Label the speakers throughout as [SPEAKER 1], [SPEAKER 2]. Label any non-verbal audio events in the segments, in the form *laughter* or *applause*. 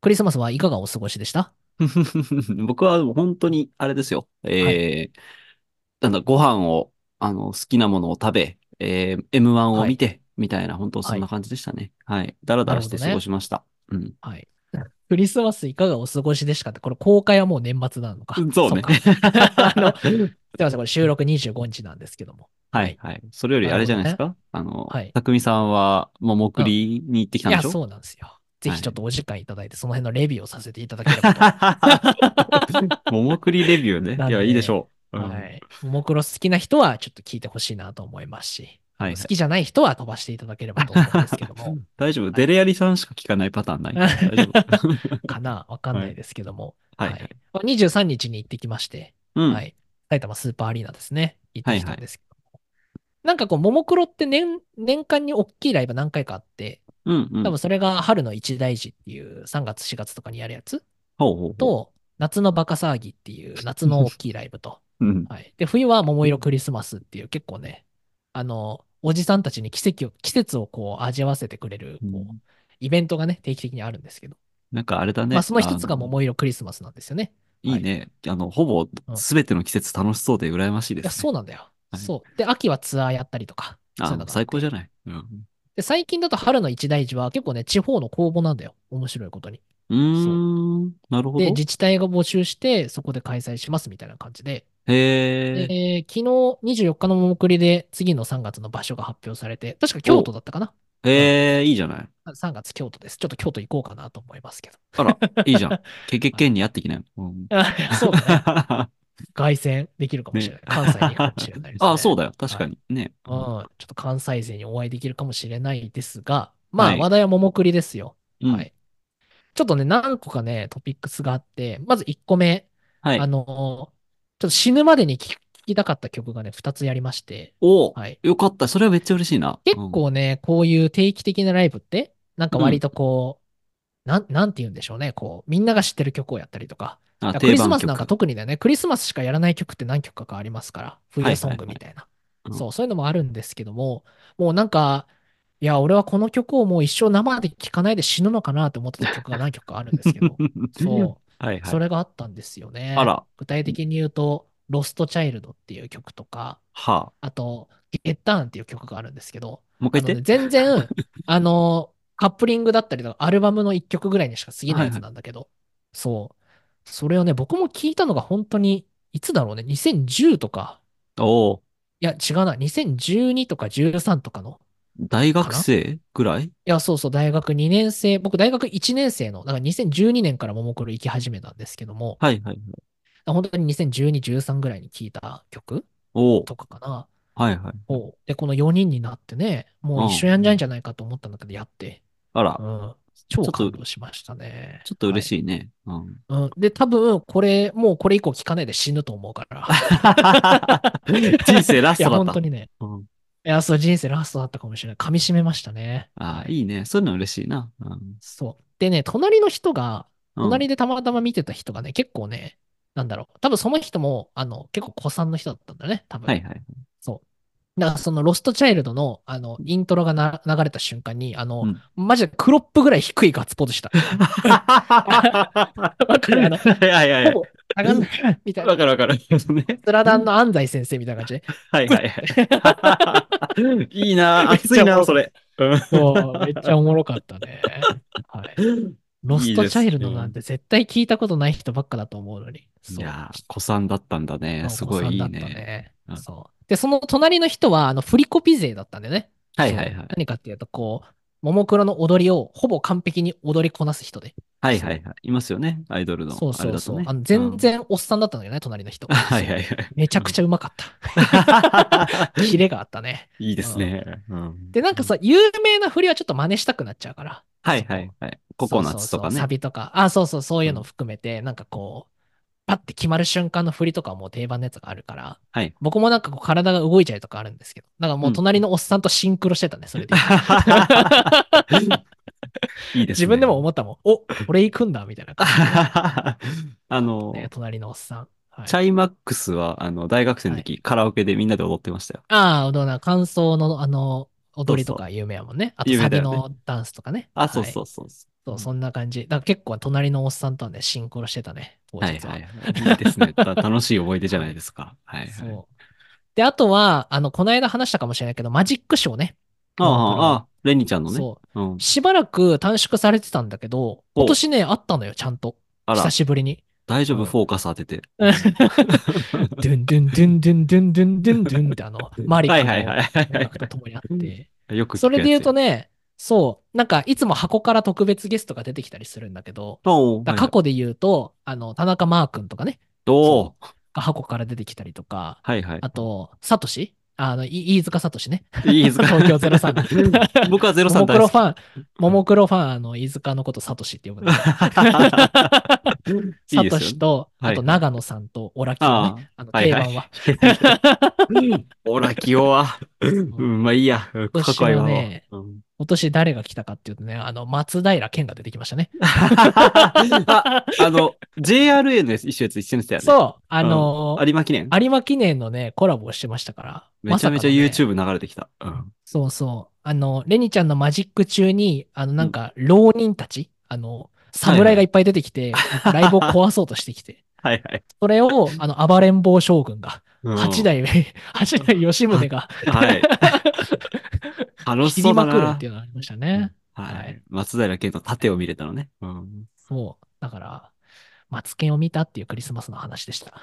[SPEAKER 1] クリスマスはいかがお過ごしでした
[SPEAKER 2] *laughs* 僕は本当に、あれですよ。えー、なんだ、ご飯を、あの、好きなものを食べ、えー、M1 を見て、みたいな、本当そんな感じでしたね。はい。だらだらして過ごしました。うん。
[SPEAKER 1] はい。クリスマスいかがお過ごしでしたって、これ公開はもう年末なのか。
[SPEAKER 2] そうね
[SPEAKER 1] か *laughs* あの、すいません、これ収録25日なんですけども。
[SPEAKER 2] はい、はい。それよりあれじゃないですかあの
[SPEAKER 1] はい、
[SPEAKER 2] たくみさんは、もう、もくりに行ってきた
[SPEAKER 1] い
[SPEAKER 2] んで
[SPEAKER 1] や、
[SPEAKER 2] しょ
[SPEAKER 1] そうなんですよ。ぜひちょっとお時間いただいて、その辺のレビューをさせていただければと。
[SPEAKER 2] *laughs* ももくりレビューね。
[SPEAKER 1] なん
[SPEAKER 2] い
[SPEAKER 1] で
[SPEAKER 2] や、いいでしょう。うん
[SPEAKER 1] は。い。ももクロ好きな人はちょっと聞いてほしいなと思いますし、
[SPEAKER 2] はい
[SPEAKER 1] 好きじゃない人は飛ばしていただければと思うんですけど
[SPEAKER 2] *laughs*
[SPEAKER 1] も、
[SPEAKER 2] 大丈夫。デレヤリさんしか聞かないパターンない。大丈夫。
[SPEAKER 1] *laughs* かなわかんないですけども。
[SPEAKER 2] はい
[SPEAKER 1] は
[SPEAKER 2] はいい。
[SPEAKER 1] まあ23日に行ってきまして、
[SPEAKER 2] うん。
[SPEAKER 1] はい。埼玉スーパーアリーナですね。行ってきたんですけども。なんかこう、ももクロって年、年間に大きいライブ何回かあって、
[SPEAKER 2] うん、うん。
[SPEAKER 1] 多分それが春の一大事っていう3月4月とかにやるやつ
[SPEAKER 2] ほうほうほう、
[SPEAKER 1] と、夏のバカ騒ぎっていう夏の大きいライブ
[SPEAKER 2] *laughs*
[SPEAKER 1] と、
[SPEAKER 2] うん。
[SPEAKER 1] はい。で、冬は桃色クリスマスっていう結構ね、あの、おじさんたちに奇跡を、季節をこう味わわせてくれる、こう
[SPEAKER 2] うん
[SPEAKER 1] イベントがね、定期的にあるんですけど、
[SPEAKER 2] なんかあれだね。
[SPEAKER 1] まあその一つが
[SPEAKER 2] あの
[SPEAKER 1] 桃色クリスマスなんですよね。
[SPEAKER 2] いいね。あの、ほぼ
[SPEAKER 1] うん
[SPEAKER 2] すべての季節楽しそうで羨ましい
[SPEAKER 1] い
[SPEAKER 2] で
[SPEAKER 1] や、
[SPEAKER 2] すね。
[SPEAKER 1] そうなんだよ。
[SPEAKER 2] はい
[SPEAKER 1] そう。で、秋はツアーやったりとか。そういう
[SPEAKER 2] あ
[SPEAKER 1] のがあって
[SPEAKER 2] 最高じゃない。うん。
[SPEAKER 1] で、最近だと春の一大事は結構ね、地方の公募なんだよ。面白いことに。
[SPEAKER 2] うーん。なるほど。
[SPEAKER 1] で、
[SPEAKER 2] へ
[SPEAKER 1] 自治体が募集して、そこで開催しますみたいな感じで。
[SPEAKER 2] え。
[SPEAKER 1] で昨日24日のももくりで次の3月の場所が発表されて、確か京都だったかな
[SPEAKER 2] へえ、いいじゃない。
[SPEAKER 1] 3月京都です。ちょっと京都行こうかなと思いますけど。
[SPEAKER 2] あら、いいじ
[SPEAKER 1] *laughs*
[SPEAKER 2] ゃん。けけけんにやってきなよ。うん *laughs*
[SPEAKER 1] そうだね。凱旋できるかもしれない。関西に行くかもしれないです、ね。
[SPEAKER 2] *laughs* あ、そう
[SPEAKER 1] だ。
[SPEAKER 2] だよ。確かに。ね。
[SPEAKER 1] うん。ちょっと関西勢にお会いできるかもしれないですが、まあ、
[SPEAKER 2] はい
[SPEAKER 1] 話題は桃栗ですよ。
[SPEAKER 2] うん
[SPEAKER 1] はい。ちょっとね、何個かね、トピックスがあって、まず1個目、
[SPEAKER 2] はい
[SPEAKER 1] あ。のー、ちょっと死ぬまでに聴きたかった曲がね、2つやりまして、
[SPEAKER 2] お
[SPEAKER 1] はい。
[SPEAKER 2] よかった。それはめっちゃ嬉しいな。
[SPEAKER 1] 結
[SPEAKER 2] うん、
[SPEAKER 1] 構ね、こういう定期的なライブって、なんか割とこう、なん、なんて言うんでしょうね、こう、みんなが知ってる曲をやったりとか、
[SPEAKER 2] あ
[SPEAKER 1] だから
[SPEAKER 2] 定
[SPEAKER 1] クリス
[SPEAKER 2] 番
[SPEAKER 1] マスなんか
[SPEAKER 2] 曲。
[SPEAKER 1] 特にだよね、クリスマスしかやらない曲って何曲かがありますから、冬ソングみたいな。
[SPEAKER 2] はいはいはいうん
[SPEAKER 1] そう、そういうのもあるんですけども、もうなんか、いや、俺はこの曲をもう一生生で聴かないで死ぬのかなと思ってた曲が何曲かあるんです
[SPEAKER 2] *laughs*
[SPEAKER 1] けど、そ
[SPEAKER 2] は
[SPEAKER 1] う、
[SPEAKER 2] いはい。
[SPEAKER 1] それがあったんですよね。
[SPEAKER 2] あら、
[SPEAKER 1] 具体的に言うと、ロストチャイルドっていう曲とか、
[SPEAKER 2] はあ。
[SPEAKER 1] あと、ゲッターンっていう曲があるんですけど、
[SPEAKER 2] もう一回
[SPEAKER 1] あの
[SPEAKER 2] 言
[SPEAKER 1] ね
[SPEAKER 2] って。
[SPEAKER 1] 全 *laughs* 然、あの、カップリングだったりとか、アルバムの1曲ぐらいにしか過ぎないやつなんだけど、そう。それをね、僕も聞いたのが本当に、いつだろうね、2010とか、
[SPEAKER 2] おお
[SPEAKER 1] いや、違うな、2012とか13とかの、
[SPEAKER 2] 大学生ぐらい
[SPEAKER 1] いや、そうそう、大学2年生、僕大学1年生の、だから2012年からももクロ行き始めたんですけども、
[SPEAKER 2] はいはいはい。
[SPEAKER 1] 本当に2012、13ぐらいに聞いた曲
[SPEAKER 2] おお
[SPEAKER 1] とかかな。
[SPEAKER 2] はいはい。
[SPEAKER 1] そうで、この4人になってね、もう一緒やんじゃないんじゃないかと思ったんだけど、やって、
[SPEAKER 2] あら
[SPEAKER 1] う、ん、超
[SPEAKER 2] ちょっと
[SPEAKER 1] 感動しましたね。
[SPEAKER 2] ちょっと
[SPEAKER 1] はい
[SPEAKER 2] 嬉しいね。
[SPEAKER 1] *laughs*
[SPEAKER 2] うん。
[SPEAKER 1] うん、で、多分、これ、もうこれ以降聞かないで死ぬと思うから。
[SPEAKER 2] *laughs* 人生ラス
[SPEAKER 1] いや、
[SPEAKER 2] トだっ
[SPEAKER 1] 本
[SPEAKER 2] た
[SPEAKER 1] 当。にね。
[SPEAKER 2] うん
[SPEAKER 1] いや、そう、人生ラストだったかもしれない。噛み締めましたね。
[SPEAKER 2] ああ、いいね。そういうの嬉しいな。うん
[SPEAKER 1] そう。でね、隣の人が、
[SPEAKER 2] うん
[SPEAKER 1] 隣でたまたま見てた人がね、結構ね、なんだろう。多分その人も、あの、結構子さんの人だったんだね、多分。
[SPEAKER 2] はいはい。
[SPEAKER 1] だから、その、ロストチャイルドの、あの、イントロがな流れた瞬間に、あの、
[SPEAKER 2] うん
[SPEAKER 1] マジでクロップぐらい低いガッツポーズ
[SPEAKER 2] *laughs*
[SPEAKER 1] した。 *laughs* わかるあの、
[SPEAKER 2] いやいやいや
[SPEAKER 1] ほぼ上がん
[SPEAKER 2] *laughs*
[SPEAKER 1] ない、みたいな
[SPEAKER 2] わ。かるわかる。ね
[SPEAKER 1] スラダンの安西先生みたいな感じで。
[SPEAKER 2] はいはい
[SPEAKER 1] *laughs*
[SPEAKER 2] はい。いいな、熱いな、それ。うん
[SPEAKER 1] そう、めっちゃおもろかったね。はい。ロストチャイルドなんて絶対聞いたことない人ばっかだと思うのに。そう
[SPEAKER 2] いやー、子さんだったんだね。すごいいい
[SPEAKER 1] お子さんだった
[SPEAKER 2] ね。うん
[SPEAKER 1] そう。で、その隣の人は、あの、振りコピ勢だったんだよね。
[SPEAKER 2] はいはいは
[SPEAKER 1] そう
[SPEAKER 2] い。
[SPEAKER 1] 何かっていうと、こう、ももクロの踊りをほぼ完璧に踊りこなす人で。
[SPEAKER 2] はいはいはい。いますよね。アイドルの。
[SPEAKER 1] そう
[SPEAKER 2] あれ
[SPEAKER 1] そう
[SPEAKER 2] だ
[SPEAKER 1] そ
[SPEAKER 2] と
[SPEAKER 1] う。
[SPEAKER 2] ね
[SPEAKER 1] あの全。然おっさんだったんだよね、隣の人。
[SPEAKER 2] うん *laughs* はい
[SPEAKER 1] そう
[SPEAKER 2] はいはい。
[SPEAKER 1] めちゃくちゃうまかった。キレがあったね。 *laughs*
[SPEAKER 2] いいですね。うん
[SPEAKER 1] で、なんか、さ、有名な振りはちょっと真似したくなっちゃうから。
[SPEAKER 2] はいはいはい。ココナッツとか
[SPEAKER 1] そうそうそう
[SPEAKER 2] ね
[SPEAKER 1] サ。ビとか。あ、そうそう、そういうの含めて、なんかこう、パッて決まる瞬間の振りとかはもう定番のやつがあるから、
[SPEAKER 2] はい
[SPEAKER 1] 僕もなんかこう体が動いちゃうとかあるんですけど、なんかもう隣のおっさんとシンクロしてたね、そ
[SPEAKER 2] *laughs*
[SPEAKER 1] れで。 *laughs*
[SPEAKER 2] いいですね。
[SPEAKER 1] 自分でも思ったもん。お、俺行くんだ、みたいな感
[SPEAKER 2] *laughs* あの
[SPEAKER 1] じ、
[SPEAKER 2] *laughs*
[SPEAKER 1] で、ね、隣のおっさん。はい
[SPEAKER 2] チ、ャイマックスは、あの、大学生の時、カラオケでみんなで踊ってましたよ。
[SPEAKER 1] ああ、どうな、感想の、あの、踊りとか有名やもんね。あと、
[SPEAKER 2] 有
[SPEAKER 1] サ
[SPEAKER 2] 名だ
[SPEAKER 1] ビ
[SPEAKER 2] よね
[SPEAKER 1] のダンスとかね。
[SPEAKER 2] あ、そう
[SPEAKER 1] はい
[SPEAKER 2] そうそうそ
[SPEAKER 1] そう、そんな感じ。だから結構隣のおっさんとはね、シンクロしてたね、当
[SPEAKER 2] はい
[SPEAKER 1] 日は
[SPEAKER 2] はい。いいで
[SPEAKER 1] *laughs*
[SPEAKER 2] すね。た楽しい思い出じゃないですか。はいはい。
[SPEAKER 1] そう。で、あとは、あの、この間話したかもしれないけど、マジックショーね。
[SPEAKER 2] ああ、ああ、レニちゃんのね。。
[SPEAKER 1] そう
[SPEAKER 2] ん
[SPEAKER 1] う。。しばらく短縮されてたんだけど、
[SPEAKER 2] お
[SPEAKER 1] 今年ね、あったのよ、ちゃんと。
[SPEAKER 2] あら
[SPEAKER 1] 久、しぶりに。
[SPEAKER 2] 大丈
[SPEAKER 1] う
[SPEAKER 2] 夫、
[SPEAKER 1] ん
[SPEAKER 2] フォーカス当てて。
[SPEAKER 1] ドゥンドゥンドゥンドゥンドゥンドゥンドゥンドゥンってあの、マリカの
[SPEAKER 2] はいはいはい
[SPEAKER 1] 音楽と共にあって。
[SPEAKER 2] *laughs* よく聞くやつ
[SPEAKER 1] それで言うとね、そう、なんかいつも箱から特別ゲストが出てきたりするんだけど、
[SPEAKER 2] おう
[SPEAKER 1] だから過去で言うと、あの、田中マー君とかね、
[SPEAKER 2] おう
[SPEAKER 1] が箱から出てきたりとか、
[SPEAKER 2] はいはい。
[SPEAKER 1] あと、サトシあの、い飯塚サトシね。
[SPEAKER 2] いいですか
[SPEAKER 1] 東京03
[SPEAKER 2] *laughs* 僕は
[SPEAKER 1] もも
[SPEAKER 2] 03
[SPEAKER 1] ク
[SPEAKER 2] 大
[SPEAKER 1] ロ
[SPEAKER 2] 好
[SPEAKER 1] ファン、ももクロファン、あの、飯塚のことサトシって呼
[SPEAKER 2] *laughs*
[SPEAKER 1] ぶんだけど
[SPEAKER 2] き。
[SPEAKER 1] サトシと、
[SPEAKER 2] はい
[SPEAKER 1] あと長野さんとオラキオね。あの、
[SPEAKER 2] はい
[SPEAKER 1] 定
[SPEAKER 2] はい
[SPEAKER 1] 番は。
[SPEAKER 2] オラキオは。うん、まあいいや。過去は
[SPEAKER 1] ね
[SPEAKER 2] もう
[SPEAKER 1] *laughs*
[SPEAKER 2] うん
[SPEAKER 1] 今年誰が来たかっていうとね、あの、松平健が出てきましたね。
[SPEAKER 2] ああの、JRA の一緒やつ一緒にした
[SPEAKER 1] *laughs*
[SPEAKER 2] よね。
[SPEAKER 1] そう、あの
[SPEAKER 2] うん有馬記念。
[SPEAKER 1] 有馬記念のね、コラボをしてましたから。
[SPEAKER 2] めちゃめち
[SPEAKER 1] まさか
[SPEAKER 2] ゃ
[SPEAKER 1] のね
[SPEAKER 2] YouTube 流れてきた。うん
[SPEAKER 1] そうそう。あの、レニちゃんのマジック中に、あの、なんか、浪人たち、あの、侍がいっぱい出てき
[SPEAKER 2] *laughs*
[SPEAKER 1] て、ライブを壊そうとしてきて、
[SPEAKER 2] はいはい。
[SPEAKER 1] それを、あの、暴れん坊将軍が、
[SPEAKER 2] うん
[SPEAKER 1] 八。代目、 *laughs* 八代吉宗が *laughs*
[SPEAKER 2] はい。楽し
[SPEAKER 1] 切
[SPEAKER 2] そ
[SPEAKER 1] り
[SPEAKER 2] うだ
[SPEAKER 1] まくる
[SPEAKER 2] な
[SPEAKER 1] って。いうのがありました
[SPEAKER 2] う
[SPEAKER 1] ね
[SPEAKER 2] ん。は
[SPEAKER 1] はいい。
[SPEAKER 2] 松平健の盾を見れたのね。
[SPEAKER 1] *laughs*
[SPEAKER 2] うん
[SPEAKER 1] そう。だから、マツケンを見たっていうクリスマスの話でした。
[SPEAKER 2] は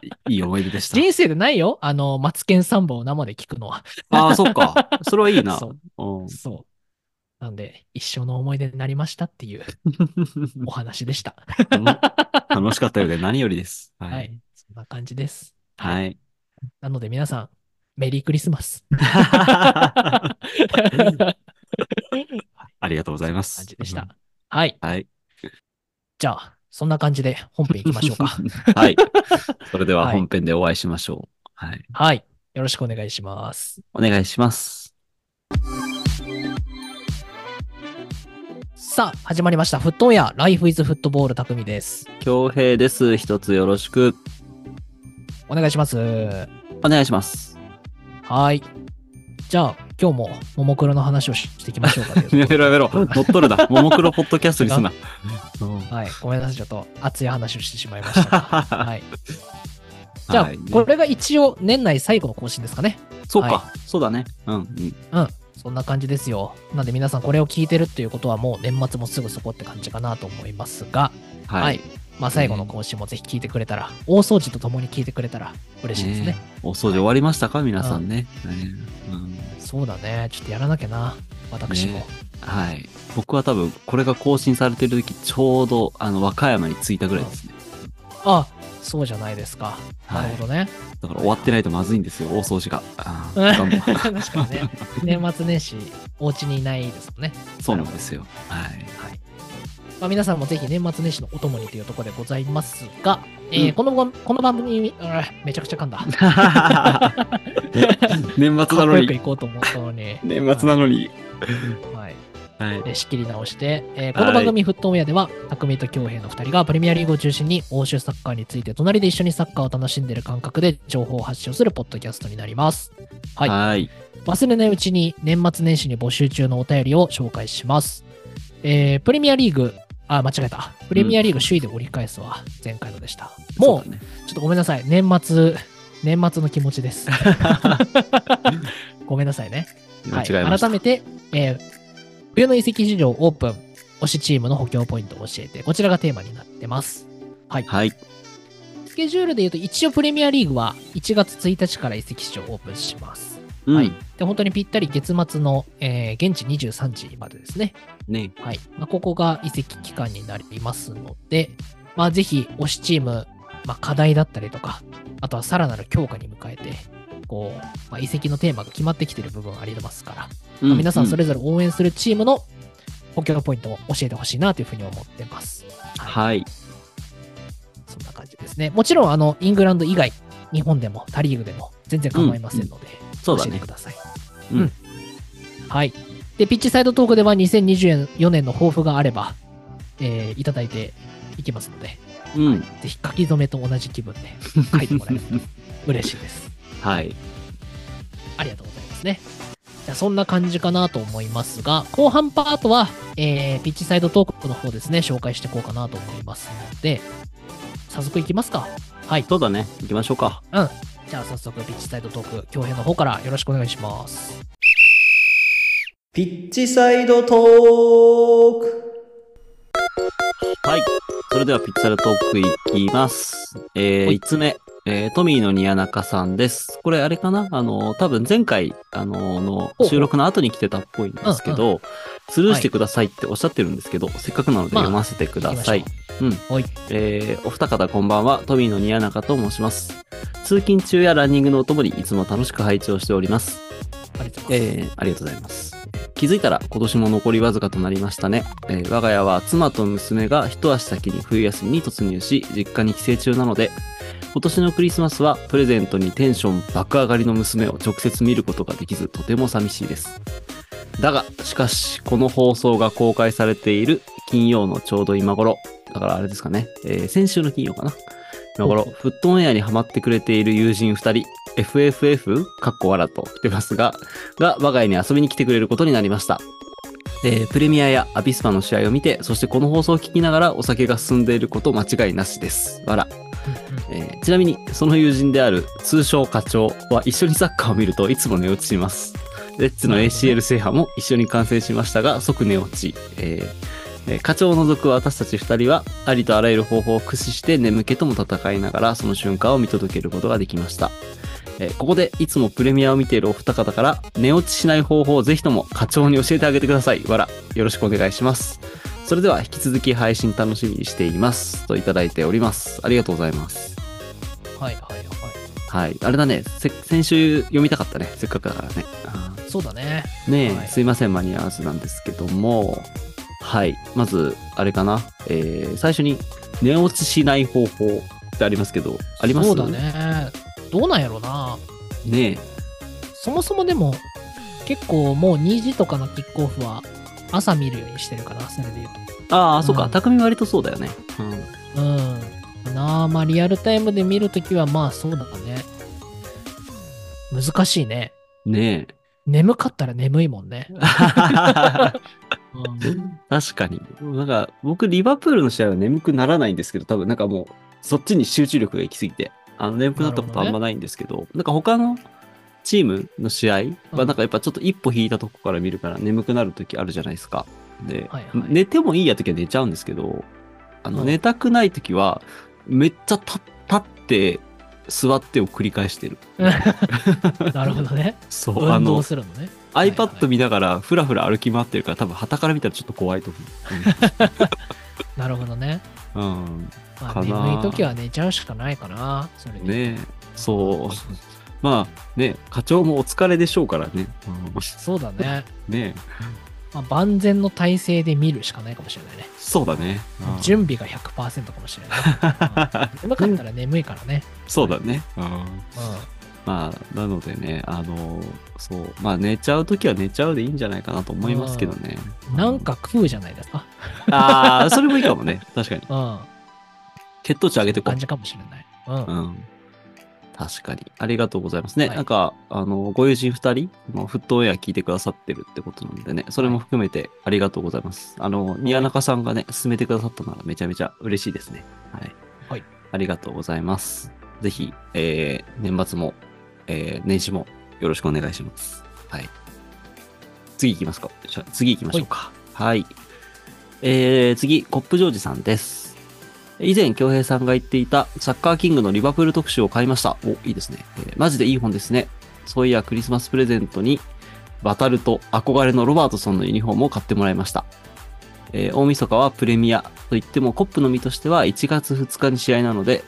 [SPEAKER 2] いいい思い出でした。
[SPEAKER 1] 人生でないよあの、マツケンサンバを生で聞くのは。
[SPEAKER 2] ああ、そっか。それはいいな。
[SPEAKER 1] そう。
[SPEAKER 2] うん
[SPEAKER 1] そう。なんで、一生の思い出になりましたっていうお話でした。
[SPEAKER 2] 楽 *laughs* しかったようで何よりです。
[SPEAKER 1] は
[SPEAKER 2] はいい。。
[SPEAKER 1] そんな感じです。。
[SPEAKER 2] はいい。
[SPEAKER 1] なので皆さん、メリークリスマ
[SPEAKER 2] *laughs*
[SPEAKER 1] ス。 *laughs*
[SPEAKER 2] ありがとうございま
[SPEAKER 1] 感
[SPEAKER 2] す
[SPEAKER 1] じ。でした。はい。
[SPEAKER 2] はい。
[SPEAKER 1] じゃあ、そんな感じで本編行きましょう
[SPEAKER 2] *laughs*
[SPEAKER 1] か。
[SPEAKER 2] はい。それでは
[SPEAKER 1] はい
[SPEAKER 2] 本編でお会いしましょう。はい。
[SPEAKER 1] はい。よろしくお願いします。
[SPEAKER 2] お願いします。
[SPEAKER 1] さあ、始まりました。フットオンエア、ライフイズフットボール匠です。
[SPEAKER 2] 京平です。一つよろしく
[SPEAKER 1] お願いします。
[SPEAKER 2] お願いします。
[SPEAKER 1] はい。じゃあ、今日も、ももクロの話をししていきましょうかとい
[SPEAKER 2] *laughs* や
[SPEAKER 1] うこ
[SPEAKER 2] めろやめろ。乗っ
[SPEAKER 1] *laughs*
[SPEAKER 2] とるな。ももクロポッドキャストにすんな。うん
[SPEAKER 1] と。はい。ごめんなさい。ちょっと熱い話をしてしまいましたが。
[SPEAKER 2] *laughs*
[SPEAKER 1] はい。じゃあ、
[SPEAKER 2] はい
[SPEAKER 1] これが一応、年内最後の更新ですかね。
[SPEAKER 2] そうか、
[SPEAKER 1] は
[SPEAKER 2] そうだね。うん、うん。
[SPEAKER 1] うん。そんな感じですよ。なんで皆さんこれを聞いてるっていうことはもう年末もすぐそこって感じかなと思いますが、
[SPEAKER 2] はい。
[SPEAKER 1] はいまあ最後の更新もぜひ聞いてくれたら、大掃除とともに聞いてくれたら嬉しいですね
[SPEAKER 2] ね。お掃除終わりましたか、皆さんね。うんうん
[SPEAKER 1] そうだね。ちょっとやらなきゃな。私も。
[SPEAKER 2] ねはい。僕は多分、これが更新されてる時、ちょうど、あの、和歌山に着いたぐらいですね。
[SPEAKER 1] あ、そうじゃないですか。
[SPEAKER 2] は
[SPEAKER 1] ないるほどね。
[SPEAKER 2] だから終わってないとまずいんですよ、大掃除が。あ
[SPEAKER 1] うん
[SPEAKER 2] ー
[SPEAKER 1] *laughs*
[SPEAKER 2] 頑張
[SPEAKER 1] 確かにね。年末年始、お家にいないですもんね。
[SPEAKER 2] そうなんですよ。はい。 *laughs*
[SPEAKER 1] はい。まあ、皆さんもぜひ年末年始のお供にというところでございますが、えー
[SPEAKER 2] うん
[SPEAKER 1] この番この番組に、うわめちゃくちゃ噛ん
[SPEAKER 2] *laughs*
[SPEAKER 1] だ。かっ
[SPEAKER 2] 年末なの
[SPEAKER 1] こよく
[SPEAKER 2] に。、
[SPEAKER 1] 行こうと思ったのに
[SPEAKER 2] 年末なのに。
[SPEAKER 1] はい、
[SPEAKER 2] はい。
[SPEAKER 1] で仕切り直して、えーこの番組「フットオンエア」では、匠と恭平の2人がプレミアリーグを中心に欧州サッカーについて隣で一緒にサッカーを楽しんでいる感覚で情報を発信するポッドキャストになります。はい、
[SPEAKER 2] はい。
[SPEAKER 1] 忘れないうちに年末年始に募集中のお便りを紹介します。えープレミアリーグ、あ、間違えた。プレミアリーグ首位で折り返すは前回のでした。も、
[SPEAKER 2] そうだね
[SPEAKER 1] ちょっとごめんなさい。年末、年末の気持ち
[SPEAKER 2] *laughs*
[SPEAKER 1] です。ごめんなさいね。
[SPEAKER 2] 間
[SPEAKER 1] は
[SPEAKER 2] 違えま
[SPEAKER 1] い、
[SPEAKER 2] した。
[SPEAKER 1] 改めて、えー冬の移籍市場オープン、推しチームの補強ポイントを教えて、こちらがテーマになってます。はい。
[SPEAKER 2] はい。
[SPEAKER 1] スケジュールで言うと、一応プレミアリーグは1月1日から移籍市場オープンします。
[SPEAKER 2] うん
[SPEAKER 1] はいで、本当にぴったり月末の、えー現地23時までですね。
[SPEAKER 2] ね。
[SPEAKER 1] はい。まあ、ここが移籍期間になりますので、まあ、ぜひ、推しチーム、まあ、課題だったりとか、あとはさらなる強化に向えて、こう、まあ、移籍のテーマが決まってきてる部分ありますから、まあ皆さんそれぞれ応援するチームの補強ポイントを教えてほしいなというふうに思ってます。
[SPEAKER 2] うん
[SPEAKER 1] はい。
[SPEAKER 2] はい。
[SPEAKER 1] そんな感じですね。もちろん、あの、イングランド以外、日本でも、他リーグでも、全然構いませんので、
[SPEAKER 2] そうだ
[SPEAKER 1] 教え
[SPEAKER 2] ね
[SPEAKER 1] てく。ださい。
[SPEAKER 2] うん
[SPEAKER 1] はい。で、ピッチサイドトークでは2024年の抱負があれば、えーいただいていきますので、
[SPEAKER 2] うん。
[SPEAKER 1] ぜひ書き初めと同じ気分で書いてもらえると嬉しいです。
[SPEAKER 2] はい。
[SPEAKER 1] ありがとうございますね。じゃあそんな感じかなと思いますが、後半パートは、えー、ピッチサイドトークの方ですね、紹介していこうかなと思いますので、早速いきますか。はい。
[SPEAKER 2] そうだね。行きましょうか。
[SPEAKER 1] うん。じゃあ早速、ピッチサイドトーク、強編の方からよろしくお願いします。
[SPEAKER 2] ピッチサイドトークはい。それではピッチサイドトークいきます。え
[SPEAKER 1] はい
[SPEAKER 2] ー、5つ目。えートミーのニヤナカさんです。これあれかなあの、多分前回、あの、の
[SPEAKER 1] お
[SPEAKER 2] 収録の後に来てたっぽいんですけど、スルーしてくださいっておっしゃってるんですけど、せっかくなので
[SPEAKER 1] まあ
[SPEAKER 2] 読ませてください
[SPEAKER 1] 行き。
[SPEAKER 2] うん。
[SPEAKER 1] はい
[SPEAKER 2] えーお二方こんばんは、トミーの宮中と申します。通勤中やランニングのお供にいつも楽しく拝聴しております。
[SPEAKER 1] ありがとうございます。
[SPEAKER 2] えーありがとうございます。気づいたら今年も残りわずかとなりましたね。えー我が家は妻と娘が一足先に冬休みに突入し、実家に帰省中なので、今年のクリスマスはプレゼントにテンション爆上がりの娘を直接見ることができず、とても寂しいです。だが、しかし、この放送が公開されている金曜のちょうど今頃、だからあれですかね、えー先週の金曜かな。今頃、フットオンエアにハマってくれている友人二人、FFF? かっこわらと来てますが、が我が家に遊びに来てくれることになりました。えープレミアやアビスパの試合を見て、そしてこの放送を聞きながらお酒が進んでいること間違いなしです。わら。
[SPEAKER 1] うんうん
[SPEAKER 2] えーちなみに、その友人である通称課長は一緒にサッカーを見るといつも寝落ちします。レッツの ACL 制覇も一緒に観戦しましたが、即寝落ち。えーえー課長を除く私たち二人は、ありとあらゆる方法を駆使して眠気とも戦いながら、その瞬間を見届けることができました。えーここで、いつもプレミアを見ているお二方から、寝落ちしない方法をぜひとも課長に教えてあげてください。わら、よろしくお願いします。それでは、引き続き配信楽しみにしています。といただいております。ありがとうございます。
[SPEAKER 1] はいはいはい。
[SPEAKER 2] はい。あれだね。せ先週読みたかったね。せっかくだからね。あ
[SPEAKER 1] そうだね。
[SPEAKER 2] ーねえ、
[SPEAKER 1] はい
[SPEAKER 2] すいません、間に合わずなんですけども。はい。まず、あれかな。えー、最初に、寝落ちしない方法ってありますけど、あります
[SPEAKER 1] そうだ。ね。どうなんやろな。
[SPEAKER 2] ねえ。
[SPEAKER 1] そもそもでも、結構もう2時とかのキックオフは朝見るようにしてるから、それで言う
[SPEAKER 2] ああ、
[SPEAKER 1] うん
[SPEAKER 2] そうか。匠割とそうだよね。うん。
[SPEAKER 1] と。うん。なあ、まあリアルタイムで見るときはまあそうだね。難しいね。
[SPEAKER 2] ね
[SPEAKER 1] *laughs*
[SPEAKER 2] え。
[SPEAKER 1] 眠かったら眠いもんね。うん
[SPEAKER 2] 確かに。なんか、僕、リバプールの試合は眠くならないんですけど、多分なんかもう、そっちに集中力が行き過ぎて、あの眠くなったことはあんまないんですけど、な,、んか他のチームの試合
[SPEAKER 1] う
[SPEAKER 2] は、
[SPEAKER 1] ん
[SPEAKER 2] なんかやっぱちょっと一歩引いたとこから見るから、眠くなる時あるじゃないですか。で、
[SPEAKER 1] はいはい
[SPEAKER 2] 寝てもいいや時は寝ちゃうんですけど、あの
[SPEAKER 1] うん
[SPEAKER 2] 寝たくない時は、めっちゃ立立って、座ってを繰り返してる。
[SPEAKER 1] なるほどね。
[SPEAKER 2] そう、 *laughs* あ
[SPEAKER 1] 運動
[SPEAKER 2] の、
[SPEAKER 1] するのね。はいはい
[SPEAKER 2] iPad 見ながらふらふら歩き回ってるから、多分旗から見たらちょっと怖いと
[SPEAKER 1] なるほどね。 *laughs*
[SPEAKER 2] 思う。うん。
[SPEAKER 1] ま
[SPEAKER 2] か
[SPEAKER 1] あ、
[SPEAKER 2] なあ
[SPEAKER 1] 眠いときは寝ちゃうしかないかな。それで。
[SPEAKER 2] ねえそう。まあね、課長もお疲れでしょうからね。
[SPEAKER 1] そうだね。
[SPEAKER 2] ね
[SPEAKER 1] まあ、万全の体制で見るしかないかもしれないね。
[SPEAKER 2] そうだね。うん
[SPEAKER 1] 準備が100%かもしれ
[SPEAKER 2] *laughs*
[SPEAKER 1] ない。うん眠かったら眠いからね。
[SPEAKER 2] そうだね。うん
[SPEAKER 1] う
[SPEAKER 2] まあ、なのでね、あの、そう、まあ寝ちゃうときは寝ちゃうでいいんじゃないかなと思いますけどね。
[SPEAKER 1] ん。なんか食うじゃないですか。
[SPEAKER 2] うん。ああ、それもいいかもね。確かに。
[SPEAKER 1] うん。
[SPEAKER 2] 血糖値上げてこう
[SPEAKER 1] 感。じかもしれない。う。
[SPEAKER 2] うんん。確かに。ありがとうございますね。
[SPEAKER 1] はい
[SPEAKER 2] なんか、あの、ご友人二人のフットウェア聞いてくださってるってことなんでね、それも含めてありがとうございます。あの、宮中さんがね、勧めてくださったならめちゃめちゃ嬉しいですね。はい。
[SPEAKER 1] はい
[SPEAKER 2] ありがとうございます。ぜひ、えー、年末も、えー、年始もよろしくお願いします。はい。次行きますか。じゃあ次行きましょうか。はい。えー、次、コップジョージさんです。以前、京平さんが言っていた、サッカーキングのリバプール特集を買いました。お、いいですね。えーマジでいい本ですね。そういや、クリスマスプレゼントに、バタルと憧れのロバートソンのユニフォームを買ってもらいました。えー大晦日はプレミアといっても、コップの身としては1月2日に試合なので、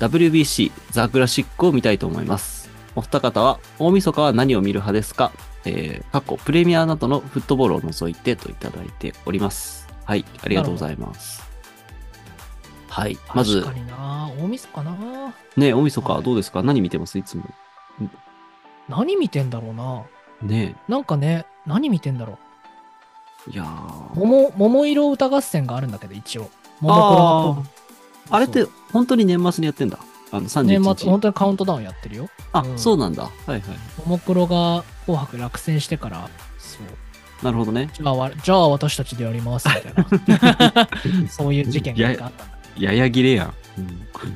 [SPEAKER 2] WBC、ザ・クラシックを見たいと思います。お二方は、大晦日は何を見る派ですかえー、かっこプレミアなどのフットボールを除いてといただいております。はい、ありがとうございます。はい、まず
[SPEAKER 1] 確、かにな。大晦日な。
[SPEAKER 2] ね大晦日どうですか何見てますいつも。
[SPEAKER 1] 何見てんだろうな。
[SPEAKER 2] ね
[SPEAKER 1] なんかね、何見てんだろ
[SPEAKER 2] いや
[SPEAKER 1] う。
[SPEAKER 2] ー
[SPEAKER 1] 桃、桃色歌合戦があるんだけど、一応。桃黒の
[SPEAKER 2] あれって本当に年末にやってんだ。あの、
[SPEAKER 1] ね、ま
[SPEAKER 2] 31日。
[SPEAKER 1] 本当にカウントダウンやってるよ。
[SPEAKER 2] あ、
[SPEAKER 1] うん
[SPEAKER 2] そうなんだ。はいはい。
[SPEAKER 1] ももクロが紅白落選してから、そう。
[SPEAKER 2] なるほどね。
[SPEAKER 1] じゃあわ、じゃあ私たちでやります、みたいな。
[SPEAKER 2] *laughs*
[SPEAKER 1] そういう事件が一回あったんだ
[SPEAKER 2] やや切れやん。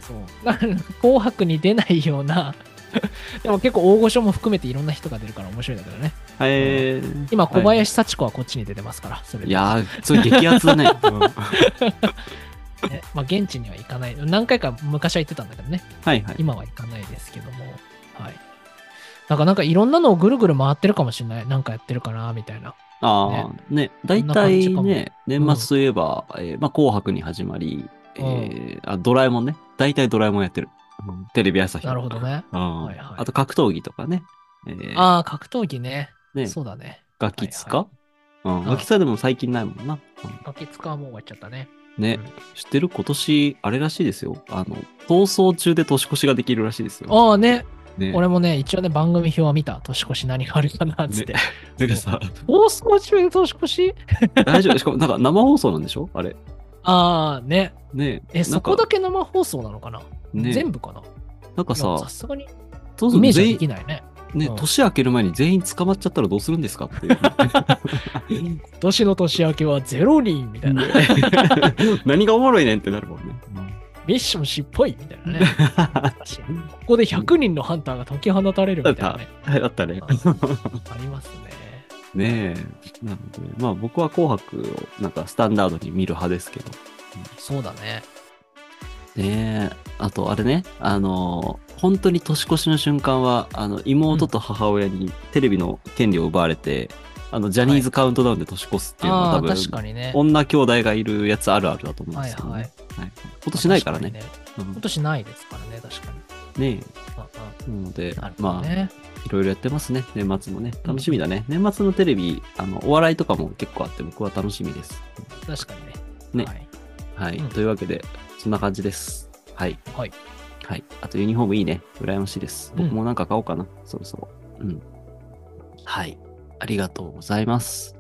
[SPEAKER 1] そう。 *laughs* だから紅白に出ないような、 *laughs* でも結構大御所も含めていろんな人が出るから面白いんだけどね。
[SPEAKER 2] えー、
[SPEAKER 1] 今、小
[SPEAKER 2] はい
[SPEAKER 1] 林幸子はこっちに出てますから、それ
[SPEAKER 2] い
[SPEAKER 1] で。
[SPEAKER 2] やー、それ激ア
[SPEAKER 1] *laughs*
[SPEAKER 2] ツだね。は
[SPEAKER 1] ねまあ、現地には行かない。何回か昔は行ってたんだけどね。
[SPEAKER 2] いはい。
[SPEAKER 1] 今は行かないですけども。はい。なんか、なんかいろんなのをぐるぐる回ってるかもしれない。なんかやってるかな、みたいな。
[SPEAKER 2] ああ、ね、大
[SPEAKER 1] んな感
[SPEAKER 2] 体
[SPEAKER 1] じかも
[SPEAKER 2] ね、年末といえば、えーまあ、紅白に始まり、えーあ、ドラえもんね。大体ドラえもんやってる。テレビ朝日。
[SPEAKER 1] なるほどね。
[SPEAKER 2] うん
[SPEAKER 1] はいはい
[SPEAKER 2] あと格闘技とかね。えー
[SPEAKER 1] ああ、格闘技ね。
[SPEAKER 2] ね、
[SPEAKER 1] そうだね。
[SPEAKER 2] ガキツカ、うん。
[SPEAKER 1] あ
[SPEAKER 2] ガキツカでも最近ないもんな。うん
[SPEAKER 1] ガキ使はもう終わっちゃったね。
[SPEAKER 2] ね、知ってる今年、あれらしいですよ。あの、逃走中で年越しができるらしいですよ。
[SPEAKER 1] ああね、
[SPEAKER 2] ね、 *laughs*
[SPEAKER 1] 俺もね、一応ね、番組表は見た。年越し何があるかな、つって。
[SPEAKER 2] だってさ、
[SPEAKER 1] 放送中で年越し
[SPEAKER 2] 大丈夫。しかも、なんか生放送なんでしょあれ。
[SPEAKER 1] ああ、ね。
[SPEAKER 2] ね
[SPEAKER 1] え、そこだ
[SPEAKER 2] だ
[SPEAKER 1] け生放送なのかな、
[SPEAKER 2] ね、
[SPEAKER 1] 全部かな
[SPEAKER 2] なんか
[SPEAKER 1] いや
[SPEAKER 2] さ
[SPEAKER 1] さ、すがに
[SPEAKER 2] どうす
[SPEAKER 1] イ
[SPEAKER 2] る
[SPEAKER 1] メージは
[SPEAKER 2] 全
[SPEAKER 1] で
[SPEAKER 2] 員
[SPEAKER 1] きないね。
[SPEAKER 2] ね、
[SPEAKER 1] うん
[SPEAKER 2] 年明ける前に全員捕まっちゃったらどうするんですかって *laughs* いう。
[SPEAKER 1] 今年の年明けはゼロ人みたいな。
[SPEAKER 2] 何がおもろいねんってなるもんね。
[SPEAKER 1] ミッション失敗みたいなね。
[SPEAKER 2] *laughs*
[SPEAKER 1] ここで100人のハンターが解き放たれるみたいなね。
[SPEAKER 2] だったね。
[SPEAKER 1] ありますね。
[SPEAKER 2] *laughs* ねえ。なので、まあ僕は紅白をなんかスタンダードに見る派ですけど。
[SPEAKER 1] そうだね。
[SPEAKER 2] ねえ。あと、あれね、あのー本当に年越しの瞬間は、あの、妹と母親にテレビの権利を奪われて、あの、ジャニーズカウントダウンで年越すっていうのは
[SPEAKER 1] あ
[SPEAKER 2] 多
[SPEAKER 1] あ、
[SPEAKER 2] 分、
[SPEAKER 1] 確かにね。
[SPEAKER 2] *laughs* 女兄弟がいるやつあるあるだと思うん
[SPEAKER 1] は
[SPEAKER 2] で
[SPEAKER 1] い
[SPEAKER 2] すけど、ね
[SPEAKER 1] はい。
[SPEAKER 2] はい今年ないからね。
[SPEAKER 1] 確
[SPEAKER 2] うん
[SPEAKER 1] 今年ないですからね、確かに。
[SPEAKER 2] ね
[SPEAKER 1] うんうん
[SPEAKER 2] え。なので、
[SPEAKER 1] なるほど
[SPEAKER 2] まあ、
[SPEAKER 1] ね。
[SPEAKER 2] いろいろやってますね。年末もね。楽しみだね。年末のテレビ、あの、お笑いとかも結構あって、僕は楽しみです。
[SPEAKER 1] 確かにね。
[SPEAKER 2] ね
[SPEAKER 1] はい。
[SPEAKER 2] はい。
[SPEAKER 1] うん
[SPEAKER 2] というわけで、そんな感じです。はい。
[SPEAKER 1] はい。
[SPEAKER 2] はい。あと、ユニフォームいいね。羨ましいです。
[SPEAKER 1] うん
[SPEAKER 2] 僕もなんか買おうかな。そろそろ。うん。はい。ありがとうございます。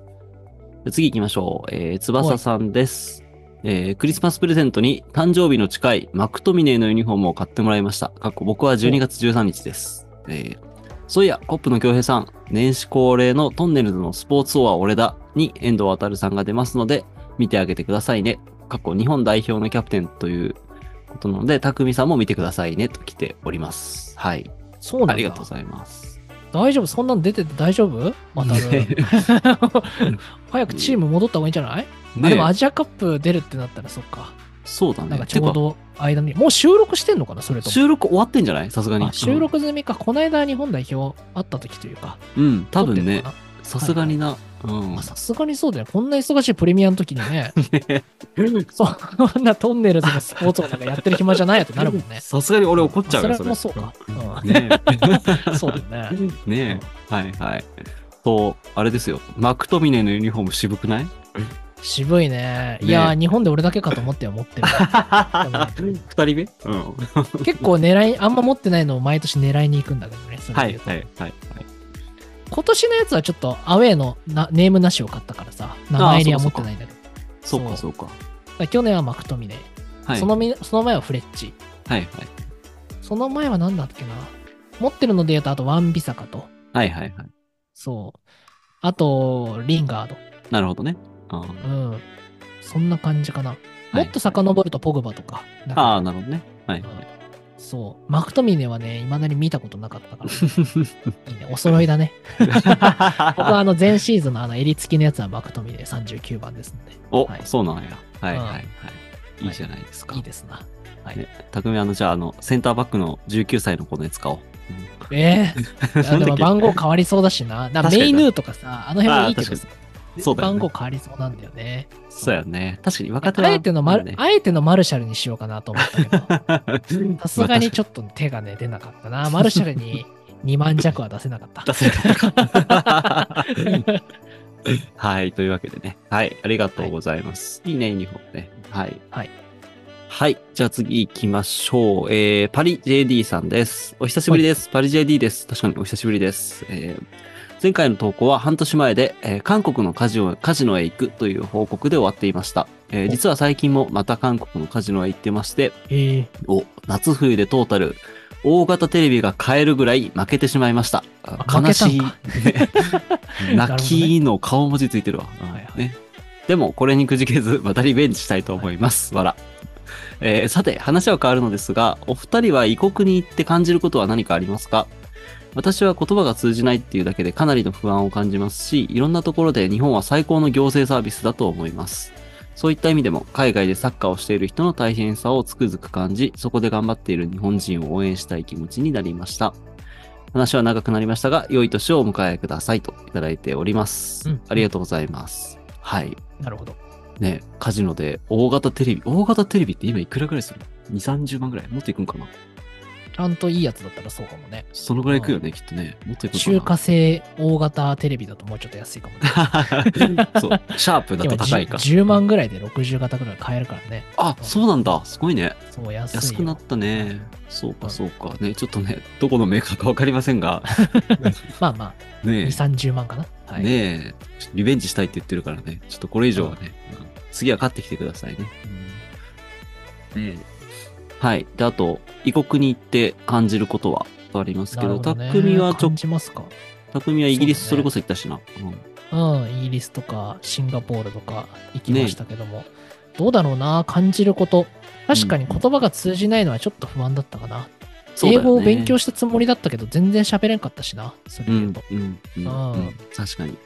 [SPEAKER 2] で次行きましょう。えー、翼さんです。えークリスマスプレゼントに誕生日の近いマクトミネーのユニフォームを買ってもらいました。かっこ僕は12月13日です。えーそういや、コップの京平さん、年始恒例のトンネルズのスポーツ王は俺だに遠藤航さんが出ますので、見てあげてくださいね。過去日本代表のキャプテンということなので、匠さんも見てくださいねと来ております。はい。
[SPEAKER 1] そうなんだ。
[SPEAKER 2] ありがとうございます。
[SPEAKER 1] 大丈夫そんなの出てて大丈夫また *laughs* 早くチーム戻った方がいいんじゃない、あでもアジアカップ出るってなったらそっか。
[SPEAKER 2] そうだ
[SPEAKER 1] なん
[SPEAKER 2] ね。
[SPEAKER 1] かちょうど間に。もう収録してんのかなそれ
[SPEAKER 2] て
[SPEAKER 1] と
[SPEAKER 2] か
[SPEAKER 1] も。
[SPEAKER 2] 収録終わってんじゃないさすがに
[SPEAKER 1] あ。収録済みか。この間日本代表あった時というか。
[SPEAKER 2] うん。うん、多分
[SPEAKER 1] 撮って
[SPEAKER 2] ね
[SPEAKER 1] んの、か
[SPEAKER 2] さすがにな。うん
[SPEAKER 1] な。あ。さすがにそうだよ。こんな忙しいプレミアの時にね、
[SPEAKER 2] *laughs* ね。
[SPEAKER 1] そんなトンネルズのスポーツをなんかやってる暇じゃないやってなるもんね
[SPEAKER 2] *laughs* さすがに俺怒っちゃうよ、
[SPEAKER 1] あそれもそう *laughs* か。う
[SPEAKER 2] ね
[SPEAKER 1] ん、そうだよね。
[SPEAKER 2] え。 *laughs* ねえ。はいはい。と、あれですよ。マクトミネのユニフォーム渋
[SPEAKER 1] *laughs*
[SPEAKER 2] くない
[SPEAKER 1] 渋いね。いやー、日本で俺だけかと思っては持って
[SPEAKER 2] *laughs*
[SPEAKER 1] る。
[SPEAKER 2] 二人目うん。
[SPEAKER 1] 結構狙い、あんま持ってないのを毎年狙いに行くんだけどね。それ
[SPEAKER 2] は
[SPEAKER 1] で
[SPEAKER 2] い
[SPEAKER 1] 言うと
[SPEAKER 2] はいはい。
[SPEAKER 1] 今年のやつはちょっとアウェイのなネームなしを買ったからさ、名前入りは持ってないんだけど。だ
[SPEAKER 2] そうかそうか。
[SPEAKER 1] から去年はマクトミネ、
[SPEAKER 2] はい。
[SPEAKER 1] そのみその前はフレッチ。
[SPEAKER 2] はいはい。
[SPEAKER 1] その前は何だっけな。持ってるので言うと、あとワンビサカと、
[SPEAKER 2] はいはいはい。
[SPEAKER 1] そう。あと、リンガー
[SPEAKER 2] なるほどね。うん
[SPEAKER 1] ド。うん。そんな感じかな。
[SPEAKER 2] は
[SPEAKER 1] も
[SPEAKER 2] い
[SPEAKER 1] っと遡るとポグバとか。なんか
[SPEAKER 2] ああ、なるほどね。はいは
[SPEAKER 1] う
[SPEAKER 2] *laughs*
[SPEAKER 1] ん
[SPEAKER 2] い。
[SPEAKER 1] そう。マクトミネはね、未だに見たことなかったから。いいね。お揃いだ
[SPEAKER 2] *laughs*
[SPEAKER 1] ね。僕はあの前シーズンのあの襟付きのやつはマクトミネ39番ですので。
[SPEAKER 2] お
[SPEAKER 1] は、い
[SPEAKER 2] そうなんや。はいはいは
[SPEAKER 1] う
[SPEAKER 2] い。いいじゃないですか
[SPEAKER 1] いい。ですな。はい。
[SPEAKER 2] ね匠あの、じゃあ、あの、センターバックの19歳の子のやつ買おう。
[SPEAKER 1] え
[SPEAKER 2] *laughs*
[SPEAKER 1] え
[SPEAKER 2] なん
[SPEAKER 1] で
[SPEAKER 2] だ
[SPEAKER 1] も
[SPEAKER 2] っけ
[SPEAKER 1] 番号変わりそうだしな。な
[SPEAKER 2] 確かに
[SPEAKER 1] メイヌーとかさ、あの辺はいいけどさ、
[SPEAKER 2] そうだよ
[SPEAKER 1] 番
[SPEAKER 2] ね
[SPEAKER 1] 号変わりそうなんだよね。
[SPEAKER 2] そうやね。確かに若手は
[SPEAKER 1] あえてのマル、
[SPEAKER 2] ね
[SPEAKER 1] あえてのマルシャルにしようかなと思ったけ
[SPEAKER 2] *laughs*
[SPEAKER 1] ど、さすがに
[SPEAKER 2] ま
[SPEAKER 1] ちょっと手がね、出なかったな。マルシャルに2万弱は出せなかった。
[SPEAKER 2] あ確かに出せなかった *laughs* はい、というわけでね。はい、ありがとうございます。い、いね、ユニフォームね。はい。
[SPEAKER 1] はい。
[SPEAKER 2] はい。じゃあ次行きましょう。えー、パリ JD さんです。お久しぶりです。パリ JD です。確かにお久しぶりです。えー前回の投稿は半年前で、えー韓国のカジノカジノへ行くという報告で終わっていました。えー実は最近もまた韓国のカジノへ行ってまして、
[SPEAKER 1] *laughs* ええ
[SPEAKER 2] お、夏冬でトータル、大型テレビが買えるぐらい負けてしまいました。あ
[SPEAKER 1] あ
[SPEAKER 2] 悲しい
[SPEAKER 1] 負。
[SPEAKER 2] 泣きの顔文字ついてるわ。
[SPEAKER 1] はいはい
[SPEAKER 2] ね、でも、これにくじけず、またリベンジしたいと思います。わら。えーさて、話は変わるのですが、お二人は異国に行って感じることは何かありますか私は言葉が通じないっていうだけでかなりの不安を感じますし、いろんなところで日本は最高の行政サービスだと思います。そういった意味でも、海外でサッカーをしている人の大変さをつくづく感じ、そこで頑張っている日本人を応援したい気持ちになりました。話は長くなりましたが、良い年をお迎えくださいといただいております。
[SPEAKER 1] うん
[SPEAKER 2] ありがとうございます。はい。
[SPEAKER 1] *laughs* なるほど。
[SPEAKER 2] ね、カジノで大型テレビ、大型テレビって今いくらぐらいする ?2、30万ぐらいもっといくんかな
[SPEAKER 1] ちゃんといいやつだったらそうかもね。
[SPEAKER 2] そのぐらいいくよね、きっとね。もっといくんかな
[SPEAKER 1] 中華製大型テレビだともうちょっと安いかもね。
[SPEAKER 2] *laughs* そう。シャープだと高いか。
[SPEAKER 1] 10, 万ぐらいで60型ぐらい買えるからね。
[SPEAKER 2] あ、そうなんだ。すごいね。
[SPEAKER 1] そう安いよ。
[SPEAKER 2] 安くなったね。そうか、そうか。ね、ちょっとね、どこのメーカーかわかりませんが。
[SPEAKER 1] まあまあ、
[SPEAKER 2] ね
[SPEAKER 1] 2、
[SPEAKER 2] え。
[SPEAKER 1] 30万かな。はい。
[SPEAKER 2] ねえ。ちょっとリベンジしたいって言ってるからね。ちょっとこれ以上はね。うん次は勝ってきてくださいね。
[SPEAKER 1] うん
[SPEAKER 2] ねはい。で、あと、異国に行って感じることはありますけど、
[SPEAKER 1] なるほね
[SPEAKER 2] 匠はちょ
[SPEAKER 1] 感、じますか
[SPEAKER 2] 匠はイギリスそ
[SPEAKER 1] そうだね
[SPEAKER 2] れこそ行ったしな。うん
[SPEAKER 1] うん、イギリスとかシンガポールとか行きましたけども、どうだろうな、感じること。確かに言葉が通じないのはちょっと不安だったかな。
[SPEAKER 2] そう
[SPEAKER 1] 英
[SPEAKER 2] だよね
[SPEAKER 1] 語を勉強したつもりだったけど、全然喋れんかったしな、それ
[SPEAKER 2] う
[SPEAKER 1] で言うんと。、
[SPEAKER 2] うん、うん
[SPEAKER 1] あ
[SPEAKER 2] うん。確かに。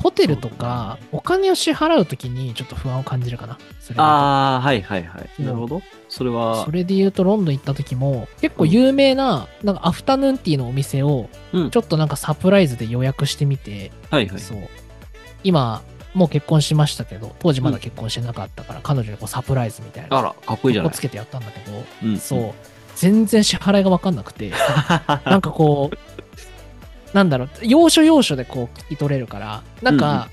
[SPEAKER 1] ホテルとか、お金を支払うときにちょっと不安を感じるかな。それで言うと
[SPEAKER 2] ああ、はいはいは
[SPEAKER 1] う
[SPEAKER 2] い。
[SPEAKER 1] ん
[SPEAKER 2] なるほど。それは
[SPEAKER 1] そ、れで言うと、ロンドン行った時も、結構有名な、なんかアフタヌーンティーのお店を
[SPEAKER 2] う、ん
[SPEAKER 1] ちょっとなんかサプライズで予約してみて、
[SPEAKER 2] はいはい。
[SPEAKER 1] そう。今、もう結婚しましたけど、当時まだ結婚してなかったから、彼女にこうサプライズみたいな。
[SPEAKER 2] あら、かっこいいじゃ
[SPEAKER 1] こ
[SPEAKER 2] な
[SPEAKER 1] う
[SPEAKER 2] い
[SPEAKER 1] つ。けてやったんだけど、
[SPEAKER 2] うん *laughs*
[SPEAKER 1] そう。全然支払いが分かんなくて、なんかこう、
[SPEAKER 2] *laughs*
[SPEAKER 1] なんだろう、要所要所でこう聞き取れるから、なんか、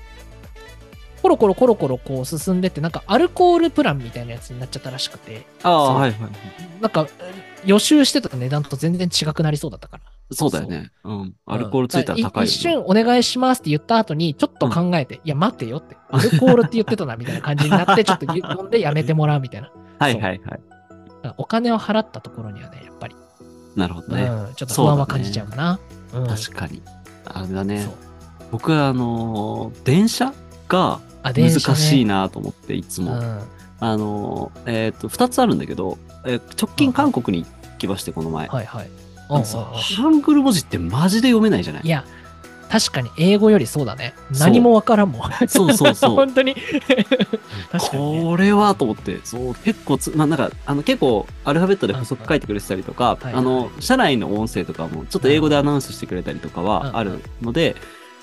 [SPEAKER 1] コロコロコロコロこう進んでって、なんかアルコールプランみたいなやつになっちゃったらしくて、
[SPEAKER 2] ああ、
[SPEAKER 1] そう
[SPEAKER 2] はいはい。
[SPEAKER 1] なんか予習してた値段と全然違くなりそうだったから。
[SPEAKER 2] そうだよね。うん。アルコールついたら高いよね。
[SPEAKER 1] 一瞬お願いしますって言った後に、ちょっと考えて、いや、待てよって、アルコールって言ってたなみたいな感じになって、ちょっと呼んでやめてもらうみたいな。
[SPEAKER 2] はいはいはい。
[SPEAKER 1] だからお金を払ったところにはね、やっぱり、
[SPEAKER 2] なるほどね。
[SPEAKER 1] うん、ちょっと不安は感じちゃうな。うん
[SPEAKER 2] 確かに。あれだね
[SPEAKER 1] そう。
[SPEAKER 2] 僕は、あのー、電車が
[SPEAKER 1] あ電
[SPEAKER 2] 難
[SPEAKER 1] 車ね
[SPEAKER 2] しいなと思って、いつ
[SPEAKER 1] う
[SPEAKER 2] も。
[SPEAKER 1] ん
[SPEAKER 2] あのー、えっと、二つあるんだけど、えー直近韓国に行きまして、この前。
[SPEAKER 1] はいはい。
[SPEAKER 2] あのさハングル文字ってマジで読めないじゃない
[SPEAKER 1] いや、確かに英語よりそうだね。
[SPEAKER 2] そう
[SPEAKER 1] 何もわからんもん。
[SPEAKER 2] そうそうそう。
[SPEAKER 1] *laughs* 本当に。確かにね。
[SPEAKER 2] これはと思って、そう、結構つ、まあ、なんか、あの、結構、アルファベットで補足書いてくれてたりとか、
[SPEAKER 1] うんうん
[SPEAKER 2] あ
[SPEAKER 1] はい
[SPEAKER 2] の
[SPEAKER 1] は、
[SPEAKER 2] 社内の音声とかも、ちょっと英語でアナウンスしてくれたりとか
[SPEAKER 1] うんうん
[SPEAKER 2] はあるので、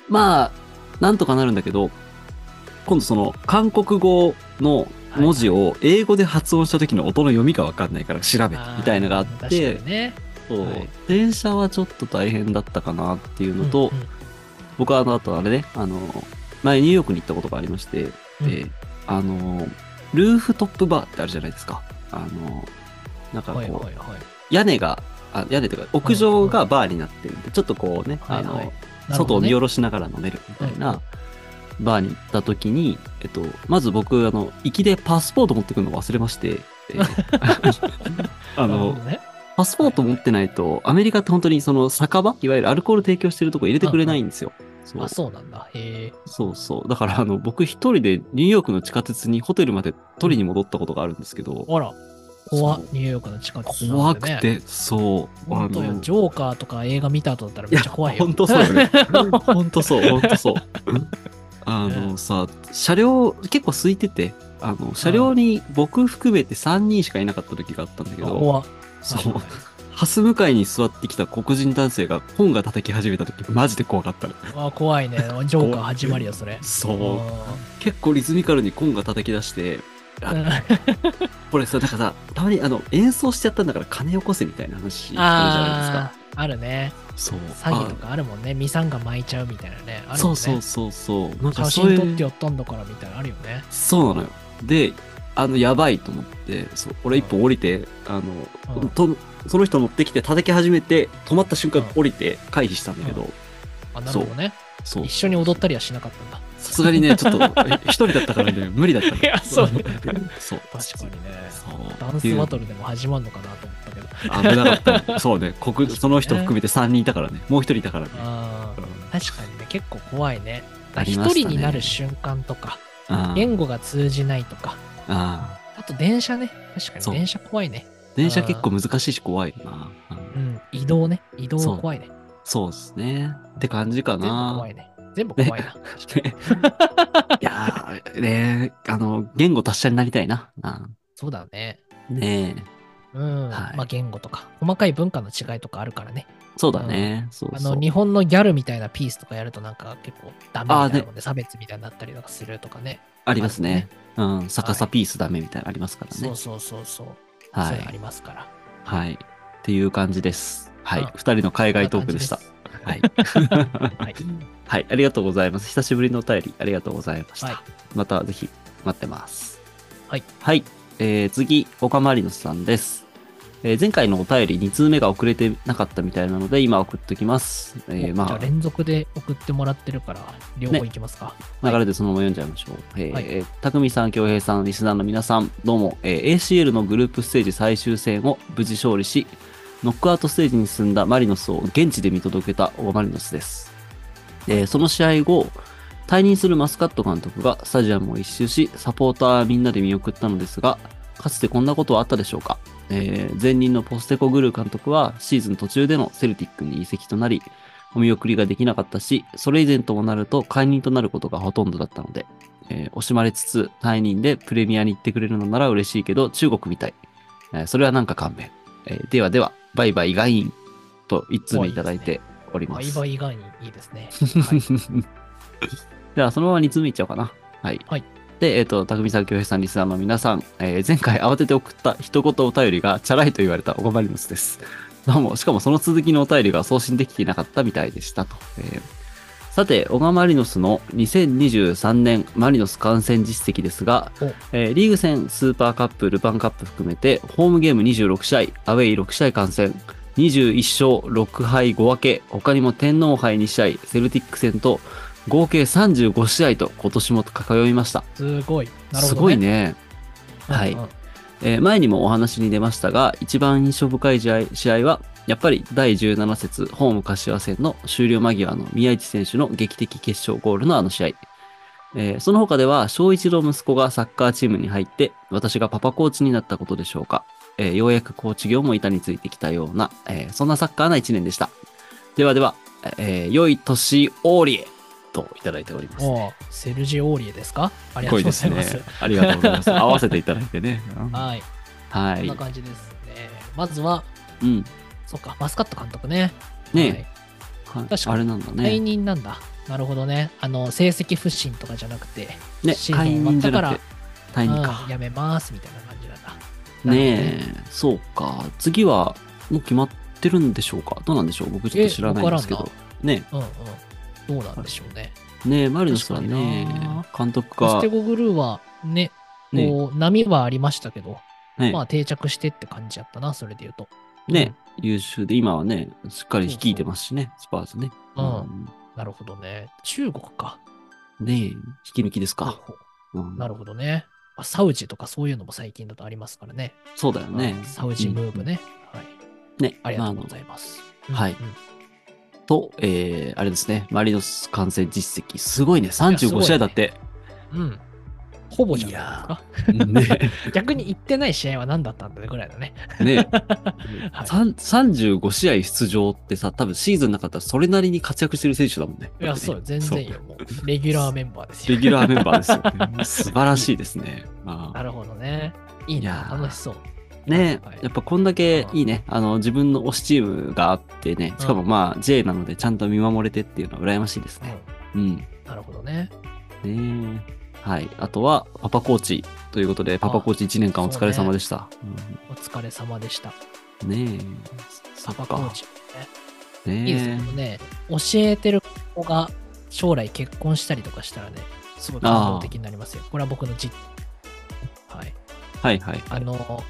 [SPEAKER 2] まあ、なんとかなるんだけど、今度その、韓国語の文字を英語で発音した時の音の読みがわかんないから調べてみたいのがあって
[SPEAKER 1] 確か、にね。
[SPEAKER 2] そう、
[SPEAKER 1] はい
[SPEAKER 2] 電車はちょっと大変だったかなっていうのと、
[SPEAKER 1] うんうん
[SPEAKER 2] 僕はあの、あとあれね、あの、前ニューヨークに行ったことがありまして、で、
[SPEAKER 1] うん
[SPEAKER 2] あの、ルーフトップバーってあるじゃないですか。あの、なんかこう、
[SPEAKER 1] はいはいはい。
[SPEAKER 2] 屋根が、あ屋根というか、屋上がバーになってるんで、ちょっとこうね、
[SPEAKER 1] はいはい
[SPEAKER 2] あの、
[SPEAKER 1] なるほ
[SPEAKER 2] 外を
[SPEAKER 1] どね
[SPEAKER 2] 見下ろしながら飲めるみたいな、バーに行った時に、えっと、まず僕、あの、行きでパスポート持ってくるの忘れまして、えー
[SPEAKER 1] *laughs* な
[SPEAKER 2] あ
[SPEAKER 1] るほ
[SPEAKER 2] の
[SPEAKER 1] ど、ね
[SPEAKER 2] パスポート持ってないと、アメリカって本当にその酒場、いわゆるアルコール提供してるとこ入れてくれないんですよ。そう
[SPEAKER 1] あ、そうなんだ。へえ。
[SPEAKER 2] そうそう。だから、あの、僕一人でニューヨークの地下鉄にホテルまで取りに戻ったことがあるんですけど、
[SPEAKER 1] あら、怖
[SPEAKER 2] そう
[SPEAKER 1] ニューヨークの近く
[SPEAKER 2] 怖く。て、そう。
[SPEAKER 1] 本当
[SPEAKER 2] あ
[SPEAKER 1] よ、
[SPEAKER 2] の
[SPEAKER 1] ジョーカーとか映画見た後だったらめっちゃ怖いよ。。
[SPEAKER 2] 本当そうだよ *laughs* ね本当そう、本 *laughs* 当そう。あのさ、車両、結構空いてて、あの、車両に僕含めて3人しかいなかった時があったんだけど、
[SPEAKER 1] *laughs* 怖
[SPEAKER 2] そう。ハス向かいに座ってきた黒人男性が本が叩き始めた時、マジで怖かったね。
[SPEAKER 1] あ怖いね。ジョーカー始まりよ、それ。
[SPEAKER 2] そう。
[SPEAKER 1] う
[SPEAKER 2] 結構リズミカルにコンが叩き出して、あ
[SPEAKER 1] ん
[SPEAKER 2] これさ、なんかさ、たまにあの演奏しちゃったんだから金よこせみたいな話あるじゃないですか。
[SPEAKER 1] あーあるね。
[SPEAKER 2] そう。
[SPEAKER 1] 詐欺とかあるもんね。ミサンが巻いちゃうみたいなね。あるもんね
[SPEAKER 2] あそうそうそうそう。なんか
[SPEAKER 1] 写
[SPEAKER 2] そう
[SPEAKER 1] 真撮
[SPEAKER 2] い
[SPEAKER 1] って
[SPEAKER 2] う。
[SPEAKER 1] やったんだからみたいなのあるよね。
[SPEAKER 2] そうなのよ。で、あの、やばいと思って、そう俺一本降りて、あの、
[SPEAKER 1] うん
[SPEAKER 2] とその人乗ってきて叩き始めて、止まった瞬間
[SPEAKER 1] うん
[SPEAKER 2] 降りて回避したんだけど、
[SPEAKER 1] あ、なるほどね。
[SPEAKER 2] そう
[SPEAKER 1] 一。緒に踊ったりはしなかったんだ。
[SPEAKER 2] さすがにね、ちょっと、え一人だったからね、無理だったの。
[SPEAKER 1] *laughs* いやそうね
[SPEAKER 2] *laughs* そう。
[SPEAKER 1] 確かにね。
[SPEAKER 2] そう。
[SPEAKER 1] ダンスバトルでも始まるのかなと思ったけど。
[SPEAKER 2] っていう危な
[SPEAKER 1] *laughs*
[SPEAKER 2] かった。そうね。国その人含めて3人いたからね。もう1人いたからね。
[SPEAKER 1] あー確かにね、結構怖いね。
[SPEAKER 2] あり
[SPEAKER 1] 一、
[SPEAKER 2] ましたね
[SPEAKER 1] 人になる瞬間とか、
[SPEAKER 2] あー
[SPEAKER 1] 言語が通じないとか、
[SPEAKER 2] あ
[SPEAKER 1] あと電車ね。確かに
[SPEAKER 2] そう
[SPEAKER 1] 電車怖いね。
[SPEAKER 2] ー。電車結構難しいし怖いよな。うん
[SPEAKER 1] うん、移動ね。移動怖いね。
[SPEAKER 2] そうですね。って感じか
[SPEAKER 1] 全部
[SPEAKER 2] な
[SPEAKER 1] 怖。いね。全部
[SPEAKER 2] *laughs*
[SPEAKER 1] 怖いな。確かに
[SPEAKER 2] いやー、ねあの、言語達者になりたいな。あ
[SPEAKER 1] そうだね。
[SPEAKER 2] ーねえ。
[SPEAKER 1] うん。
[SPEAKER 2] はい
[SPEAKER 1] まあ言語とか、細かい文化の違いとかあるからね。
[SPEAKER 2] そうだね。そう
[SPEAKER 1] あ
[SPEAKER 2] そう
[SPEAKER 1] の、。日本のギャルみたいなピースとかやるとなんか結構ダメみたいなので、差別みたいになったりとかするとかね。
[SPEAKER 2] ありますね。うん。逆さピースダメみたいなのありますから
[SPEAKER 1] そ
[SPEAKER 2] ね
[SPEAKER 1] う。そうそうそう。
[SPEAKER 2] は
[SPEAKER 1] そういうのあ
[SPEAKER 2] い。
[SPEAKER 1] りますから。
[SPEAKER 2] はい。っていう感じです。
[SPEAKER 1] う
[SPEAKER 2] はい
[SPEAKER 1] ん。
[SPEAKER 2] 二人の海
[SPEAKER 1] 意
[SPEAKER 2] 外トークでした。はい。
[SPEAKER 1] はい。
[SPEAKER 2] *laughs* はい。ありがとうございます。久しぶりのお便り、ありがとうございました。
[SPEAKER 1] はい
[SPEAKER 2] またぜひ待ってます。
[SPEAKER 1] はい。
[SPEAKER 2] はい。えー、次、岡マリノスさんです。えー前回のお便り2通目が遅れてなかったみたいなので、今送っときます。えー
[SPEAKER 1] おじゃ
[SPEAKER 2] ま
[SPEAKER 1] あ連続で送ってもらってるから、両方いきますか。
[SPEAKER 2] あ、流れでそのまま読んじゃいましょう。えー
[SPEAKER 1] はい
[SPEAKER 2] えー匠さん、京平さん、リスナーの皆さん、どうも、えー ACL のグループステージ最終戦を無事勝利し、ノックアウトステージに進んだマリノスを現地で見届けたオマリノスです。えーその試合後、退任するマスカット監督がスタジアムを一周し、サポーターみんなで見送ったのですが、かつてこんなことはあったでしょうか。えー前任のポステコグルー監督はシーズン途中でのセルティックに移籍となり、お見送りができなかったし、それ以前ともなると解任となることがほとんどだったので、えー惜しまれつつ退任でプレミアに行ってくれるのなら嬉しいけど、中国みたい。えーそれはなんか勘弁。えーではでは、バイバイガインと一通目いただいておりま
[SPEAKER 1] 相
[SPEAKER 2] す。
[SPEAKER 1] 場以外にいいですね。はい
[SPEAKER 2] じゃあ、そのまま2つ目いっちゃおうかな。はい。
[SPEAKER 1] はい
[SPEAKER 2] で、えっ、と、匠さん、京平さん、リスナーの皆さん、えー前回慌てて送った一言お便りが、チャラいと言われたオガマリノスです。どうも、しかもその続きのお便りが送信できていなかったみたいでしたと。えーさて、小川マリノスの2023年マリノス観戦実績ですが
[SPEAKER 1] お、
[SPEAKER 2] えーリーグ戦、スーパーカップ、ルヴァンカップ含めて、ホームゲーム26試合、アウェイ6試合観戦、21勝6敗5分け、他にも天皇杯2試合、セルティック戦と、合計35試合と今年も掲げました。
[SPEAKER 1] すごい。なるほど、ね。
[SPEAKER 2] すごい。ね。はい
[SPEAKER 1] うんうん
[SPEAKER 2] えー前にもお話に出ましたが、一番印象深い試合試合は、やっぱり第17節ホーム柏戦の終了間際の宮市選手の劇的決勝ゴールのあの試合。えーその他では、小一の息子がサッカーチームに入って、私がパパコーチになったことでしょうか。えーようやくコーチ業も板についてきたような、えーそんなサッカーな一年でした。ではでは、えー良い年オーリエといただいております。
[SPEAKER 1] おうセルジオーリエですかありが
[SPEAKER 2] す
[SPEAKER 1] と
[SPEAKER 2] ごいう
[SPEAKER 1] ござ
[SPEAKER 2] です
[SPEAKER 1] いま
[SPEAKER 2] ね
[SPEAKER 1] す。。
[SPEAKER 2] ありがとうございます。合わせていただいて
[SPEAKER 1] *laughs*
[SPEAKER 2] ね。
[SPEAKER 1] はい。
[SPEAKER 2] は
[SPEAKER 1] こん
[SPEAKER 2] い
[SPEAKER 1] な。感じですね。まずは、
[SPEAKER 2] うん。
[SPEAKER 1] そっか、マスカット監督ね。
[SPEAKER 2] ねはい
[SPEAKER 1] 確かに
[SPEAKER 2] あれなんだ
[SPEAKER 1] はい退
[SPEAKER 2] ね。
[SPEAKER 1] 任なんだ。なるほどね。あの、成績不振とかじゃなくて、
[SPEAKER 2] ね、
[SPEAKER 1] シーズン終
[SPEAKER 2] 解
[SPEAKER 1] わ
[SPEAKER 2] 任
[SPEAKER 1] っ
[SPEAKER 2] じゃ
[SPEAKER 1] たか
[SPEAKER 2] な
[SPEAKER 1] ら
[SPEAKER 2] くて、退任
[SPEAKER 1] う
[SPEAKER 2] か
[SPEAKER 1] ん、。やめますみたいな感じなんだ。
[SPEAKER 2] ねえ、そうか。次は、もう決まってるんでしょうかどうなんでしょう僕ちょっと知らないんですけ
[SPEAKER 1] えわ
[SPEAKER 2] ど
[SPEAKER 1] か。
[SPEAKER 2] ね
[SPEAKER 1] うんうん。どうなんでしょうね。
[SPEAKER 2] ねえ、マリノスはね
[SPEAKER 1] 確かにな、
[SPEAKER 2] 監督
[SPEAKER 1] カス
[SPEAKER 2] が
[SPEAKER 1] テ、ゴグルーはね、
[SPEAKER 2] ね
[SPEAKER 1] こう、波はありましたけど、
[SPEAKER 2] ね
[SPEAKER 1] まあ定着してって感じやったな、それで言うと。
[SPEAKER 2] ね優秀で、今はね、しっかり率いてますしね、スパーズね。
[SPEAKER 1] うん
[SPEAKER 2] うん
[SPEAKER 1] なるほどね。中国か。
[SPEAKER 2] ねえ、引き抜きですか。うん
[SPEAKER 1] なるほどね。まあサウジとかそういうのも最近だとありますからね。
[SPEAKER 2] そうだよね
[SPEAKER 1] うん。サウジムーブね。はい。
[SPEAKER 2] うん。ね、
[SPEAKER 1] ありがとう
[SPEAKER 2] まあ
[SPEAKER 1] ございます。
[SPEAKER 2] のはい
[SPEAKER 1] うんうん
[SPEAKER 2] と、えー、あれですね、マリノス観戦実績、すごいね、35試合
[SPEAKER 1] *laughs*
[SPEAKER 2] だって。
[SPEAKER 1] うん。ほぼじゃないです
[SPEAKER 2] ね、
[SPEAKER 1] か。逆に行ってない試合は何だったんだねぐらいだね。
[SPEAKER 2] ね、
[SPEAKER 1] *laughs* はい
[SPEAKER 2] さん35試合出場ってさ、多分シーズンなかったらそれなりに活躍してる選手だもんね。
[SPEAKER 1] いや、そうよ、全
[SPEAKER 2] そう
[SPEAKER 1] 然いいよ。もう、レギュラーメンバーですよ。
[SPEAKER 2] レギュラーメンバーですよ、ね。
[SPEAKER 1] *laughs*
[SPEAKER 2] 素晴らしいですね。あ
[SPEAKER 1] なるほどね。いい
[SPEAKER 2] いや
[SPEAKER 1] な、
[SPEAKER 2] ー
[SPEAKER 1] 楽しそう。
[SPEAKER 2] ーね
[SPEAKER 1] はい
[SPEAKER 2] やっぱこんだけいいね、あの、自分の推しチームがあってね、しかもまあ J なのでちゃんと見守れてっていうのは羨ましいです
[SPEAKER 1] う
[SPEAKER 2] ね。
[SPEAKER 1] ん
[SPEAKER 2] うん。
[SPEAKER 1] なるほどね。
[SPEAKER 2] ねえはい。あとは、パパコーチということで、パパコーチ1年間お疲れ様でした。
[SPEAKER 1] お疲れ様でした。
[SPEAKER 2] うんねえ。
[SPEAKER 1] サ
[SPEAKER 2] そ
[SPEAKER 1] バ
[SPEAKER 2] っ
[SPEAKER 1] コー
[SPEAKER 2] か。
[SPEAKER 1] チ。いいですけ
[SPEAKER 2] ね
[SPEAKER 1] どね、教えてる子が将来結婚したりとかしたらね、すごい感動的になりますよ。これは僕の実。はい。
[SPEAKER 2] え。はいはい。
[SPEAKER 1] あの、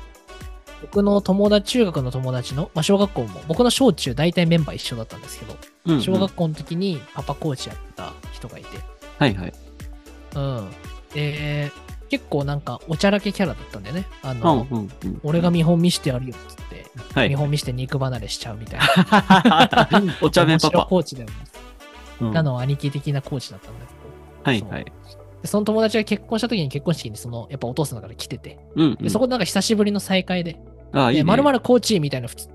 [SPEAKER 1] 僕の友達、中学の友達の、まあ、小学校も、僕の小中大体メンバー一緒だったんですけど、
[SPEAKER 2] うんうん
[SPEAKER 1] 小学校の時にパパコーチやってた人がいて、
[SPEAKER 2] はいはい。
[SPEAKER 1] うん。で、結構なんかおちゃらけキャラだったんだよね。あ
[SPEAKER 2] う
[SPEAKER 1] の、
[SPEAKER 2] んうんうん。
[SPEAKER 1] 俺が見本見してやるよっつって、*laughs*
[SPEAKER 2] は
[SPEAKER 1] 見
[SPEAKER 2] い。
[SPEAKER 1] 本見して肉離れしちゃうみたい
[SPEAKER 2] *laughs*
[SPEAKER 1] な。
[SPEAKER 2] お茶目
[SPEAKER 1] 面
[SPEAKER 2] パ
[SPEAKER 1] 白
[SPEAKER 2] パ。
[SPEAKER 1] コーチだよね。
[SPEAKER 2] うん
[SPEAKER 1] なの兄貴的なコーチだったんだけど。
[SPEAKER 2] はいはい。
[SPEAKER 1] でその友達が結婚した時に結婚式にそのやっぱお父さんだから来てて、
[SPEAKER 2] うん、う
[SPEAKER 1] で
[SPEAKER 2] ん。
[SPEAKER 1] そこでなんか久しぶりの再会で、
[SPEAKER 2] ああ、いい、ね。
[SPEAKER 1] まるまるコーチみたいな普通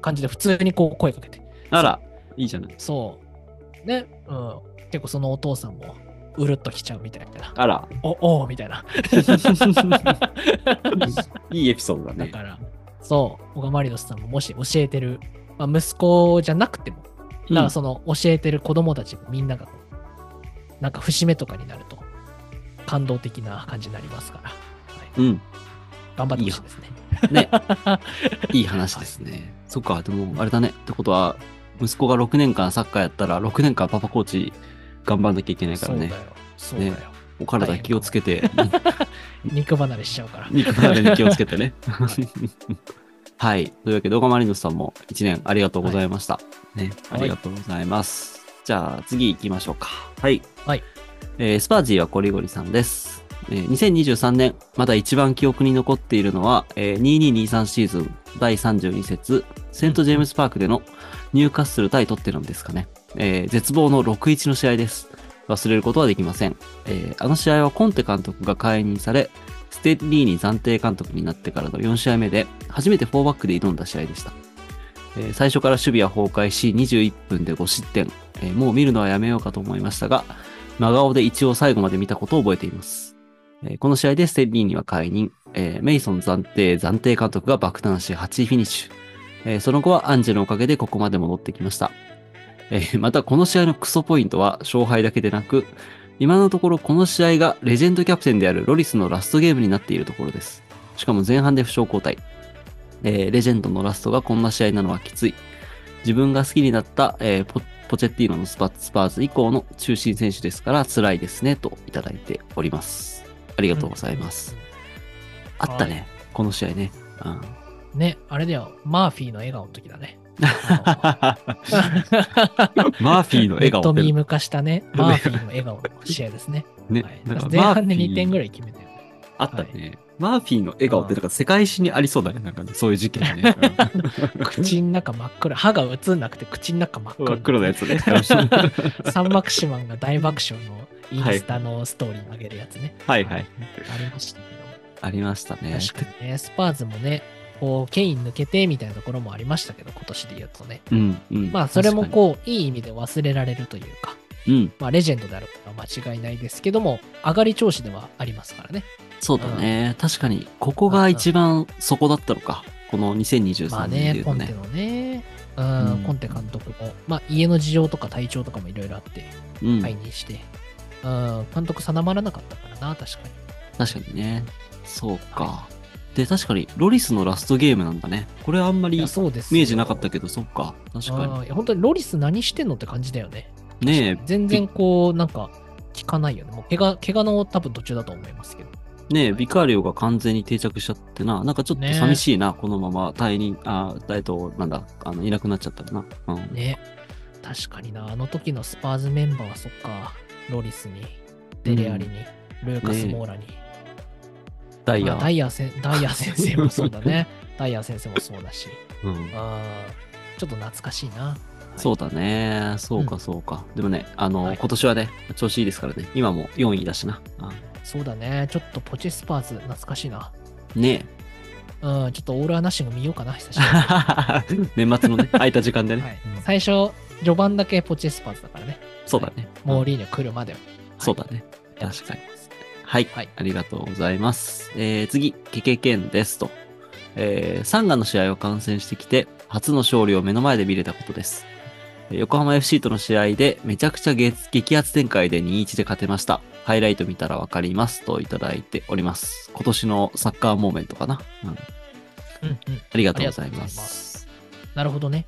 [SPEAKER 1] 感じで普通にこう声かけて、
[SPEAKER 2] あら、いいじゃない。
[SPEAKER 1] そう。ね、うん。結構そのお父さんもうるっと来ちゃうみたいな。
[SPEAKER 2] あら。
[SPEAKER 1] おおうみたいな。
[SPEAKER 2] *laughs* いいエピソードだ
[SPEAKER 1] だ
[SPEAKER 2] ね。
[SPEAKER 1] から、そう、小川マリノスさんももし教えてる、まあ、息子じゃなくても、だからその教えてる子供たちもみんながこう、なんか節目とかになると、感動的な感じになりますから、はい
[SPEAKER 2] うん。
[SPEAKER 1] 頑張ってほしいですね。 *laughs*
[SPEAKER 2] ね。いい話ですね。そっか、でも、あれだね。ってことは、息子が6年間サッカーやったら、6年間パパコーチ頑張んなきゃいけないか
[SPEAKER 1] そ
[SPEAKER 2] ら
[SPEAKER 1] うだ
[SPEAKER 2] ね
[SPEAKER 1] よ。。そうだよ。
[SPEAKER 2] ねお体気をつけて、
[SPEAKER 1] 肉離れしちゃうから。
[SPEAKER 2] 肉離れに気をつけて *laughs* ね。はい。というわけで、動画マリノスさんも1年ありがとうございました。ね。あ
[SPEAKER 1] はい
[SPEAKER 2] りがとうございます。じゃあ、次行きましょうか。はい。
[SPEAKER 1] はい。
[SPEAKER 2] えースパージーはコリゴリさんです。えー2023年、まだ一番記憶に残っているのは、えー2223シーズン第32節、セントジェームスパークでのニューカッスル対トッテナムですかね。えー絶望の6-1の試合です。忘れることはできません。えーあの試合はコンテ監督が解任され、ステッリーに暫定監督になってからの4試合目で、初めて4バックで挑んだ試合でした。えー最初から守備は崩壊し、21分で5失点、えーもう見るのはやめようかと思いましたが、真顔で一応最後まで見たことを覚えています。えーこの試合でステッリーには解任、えーメイソン暫定、暫定監督が爆弾し8位フィニッシュ。えーその後はアンジェのおかげでここまで戻ってきました。えーまたこの試合のクソポイントは勝敗だけでなく、今のところこの試合がレジェンドキャプテンであるロリスのラストゲームになっているところです。しかも前半で負傷交代。えーレジェンドのラストがこんな試合なのはきつい。自分が好きになった、えーポポチェッティーノのスパスパーズ以降の中心選手ですから辛いですねといただいております。ありがとうございます。あったね、この試合ね。うん、
[SPEAKER 1] ね、あれだよ、マーフィーの笑顔の時だね。あの
[SPEAKER 2] *laughs* マーフィーの笑
[SPEAKER 1] ネッ
[SPEAKER 2] 顔って
[SPEAKER 1] トミーム化したね、マーフィーの笑顔の試合ですね。
[SPEAKER 2] ね
[SPEAKER 1] はい、
[SPEAKER 2] なんか
[SPEAKER 1] 前
[SPEAKER 2] マーフ
[SPEAKER 1] 半で
[SPEAKER 2] ィ
[SPEAKER 1] 2点
[SPEAKER 2] ー
[SPEAKER 1] ぐらい決めたよね。
[SPEAKER 2] あったね、マーフィーの笑顔ってなんか世界史にありそうだね。なんかね、そういう事件
[SPEAKER 1] *laughs*
[SPEAKER 2] ね。
[SPEAKER 1] 口の中真っ黒、歯が映んなくて口の中真っ
[SPEAKER 2] 真
[SPEAKER 1] 黒。
[SPEAKER 2] っ黒の
[SPEAKER 1] *laughs*
[SPEAKER 2] やつね。
[SPEAKER 1] サンマクシマンが大爆笑のインスタのストーリーに上げるやつね。
[SPEAKER 2] はいはい。
[SPEAKER 1] ありましたけど。
[SPEAKER 2] ありましたね。
[SPEAKER 1] 確かにね、スパーズもね、こう、ケイン抜けてみたいなところもありましたけど、今年で言うとね。
[SPEAKER 2] うんうん。
[SPEAKER 1] まあ、それもこう、いい意味で忘れられるというか、
[SPEAKER 2] う。うん。
[SPEAKER 1] まあ、レジェンドであることは間違いないですけども、上がり調子ではありますからね。
[SPEAKER 2] そうだね。確かに、ここが一番そこだったのか。この
[SPEAKER 1] ま
[SPEAKER 2] 2023
[SPEAKER 1] あ
[SPEAKER 2] 年
[SPEAKER 1] ね、
[SPEAKER 2] で言う
[SPEAKER 1] コ
[SPEAKER 2] と
[SPEAKER 1] ンテ
[SPEAKER 2] ね。
[SPEAKER 1] のね、う
[SPEAKER 2] うん
[SPEAKER 1] ん、コンテ監督も、まあ、家の事情とか体調とかもいろいろあって、
[SPEAKER 2] うん。
[SPEAKER 1] 解任して、うん、監督定まらなかったからな、確かに。
[SPEAKER 2] 確かにね。そうか。で、確かに、ロリスのラストゲームなんだね。これあんまり
[SPEAKER 1] い
[SPEAKER 2] イ
[SPEAKER 1] や、そうですよ。
[SPEAKER 2] メージなかったけど、そっか。確
[SPEAKER 1] う
[SPEAKER 2] か
[SPEAKER 1] んいや本当にロリス何してんのって感じだよね。
[SPEAKER 2] に。ねえ、
[SPEAKER 1] 全然こう、なんか、聞かないよね。もう怪我、怪我の多分途中だと思いますけど。
[SPEAKER 2] ねえ、ビカーリオが完全に定着しちゃってな、なんかちょっと
[SPEAKER 1] ねえ
[SPEAKER 2] 寂しいな、このまま退任、あ、えっと、なんだ、あの、いなくなっちゃったらな。うん。
[SPEAKER 1] ね。確かにな、あの時のスパーズメンバーはそっか、ロリスに、デレアリに、ルーカス・モーラに、
[SPEAKER 2] ダイ
[SPEAKER 1] ま
[SPEAKER 2] ヤ
[SPEAKER 1] あ、ダイヤせんダイヤ先生もそうだ
[SPEAKER 2] *laughs*
[SPEAKER 1] ね。ダイヤ先生もそうだし、
[SPEAKER 2] うん
[SPEAKER 1] あーちょっと懐かしいな。
[SPEAKER 2] そうだね。そう
[SPEAKER 1] う
[SPEAKER 2] か、そうか。でもね、あの、
[SPEAKER 1] はい
[SPEAKER 2] 今年はね、調子いいですからね。今も4位だしな。あ
[SPEAKER 1] そうだね、ちょっとポチスパーズ懐かしいな。
[SPEAKER 2] ね
[SPEAKER 1] うん、ちょっとオールアナッシング見ようかな、久 *laughs* しぶりに。
[SPEAKER 2] え。年末のね、空いた時 *laughs* 間でね。
[SPEAKER 1] はい、最初、序盤だけポチスパーズだからね。
[SPEAKER 2] そうだね。
[SPEAKER 1] モー
[SPEAKER 2] うん
[SPEAKER 1] リーニョ来るまでは。
[SPEAKER 2] そうだね。
[SPEAKER 1] はい
[SPEAKER 2] 確かに。はい。
[SPEAKER 1] はい
[SPEAKER 2] ありがとうございます。えー、次、ケケケンですと。えー、サンガの試合を観戦してきて、初の勝利を目の前で見れたことです。えー横浜 FC との試合で、めちゃくちゃ激激アツ展開で2-1で勝てました。ハイライト見たらわかりますといただいております。今年のサッカーモーメントかな。うん、あ
[SPEAKER 1] うんうん。
[SPEAKER 2] りがとうござ
[SPEAKER 1] ありがとうござ
[SPEAKER 2] い
[SPEAKER 1] い
[SPEAKER 2] ま。
[SPEAKER 1] ますなるほどね。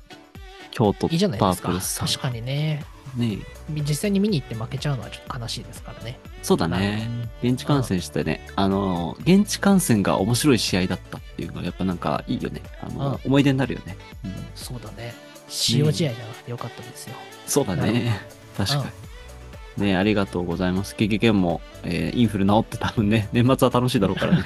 [SPEAKER 2] 京都
[SPEAKER 1] いいじゃない
[SPEAKER 2] パ
[SPEAKER 1] で
[SPEAKER 2] ー
[SPEAKER 1] す
[SPEAKER 2] プ
[SPEAKER 1] か。
[SPEAKER 2] ルさん
[SPEAKER 1] 確。かにね。
[SPEAKER 2] ね
[SPEAKER 1] 実際に見に行って負けちゃうのはちょっと悲しいですからね。
[SPEAKER 2] そうだね。現地観戦してね、あの、現地観戦が面白い試合だったっていうのが、やっぱなんかいいよね。あ
[SPEAKER 1] う
[SPEAKER 2] の、
[SPEAKER 1] ん
[SPEAKER 2] 思い出になるよね。うん、
[SPEAKER 1] そうだね。使用試合じゃなくてよかったですよ。
[SPEAKER 2] そうだ
[SPEAKER 1] な
[SPEAKER 2] ね。 *laughs* 確かに。ねありがとうございます。経験も、えーインフル治って多分ね、年末は楽しいだろうからね。
[SPEAKER 1] *laughs*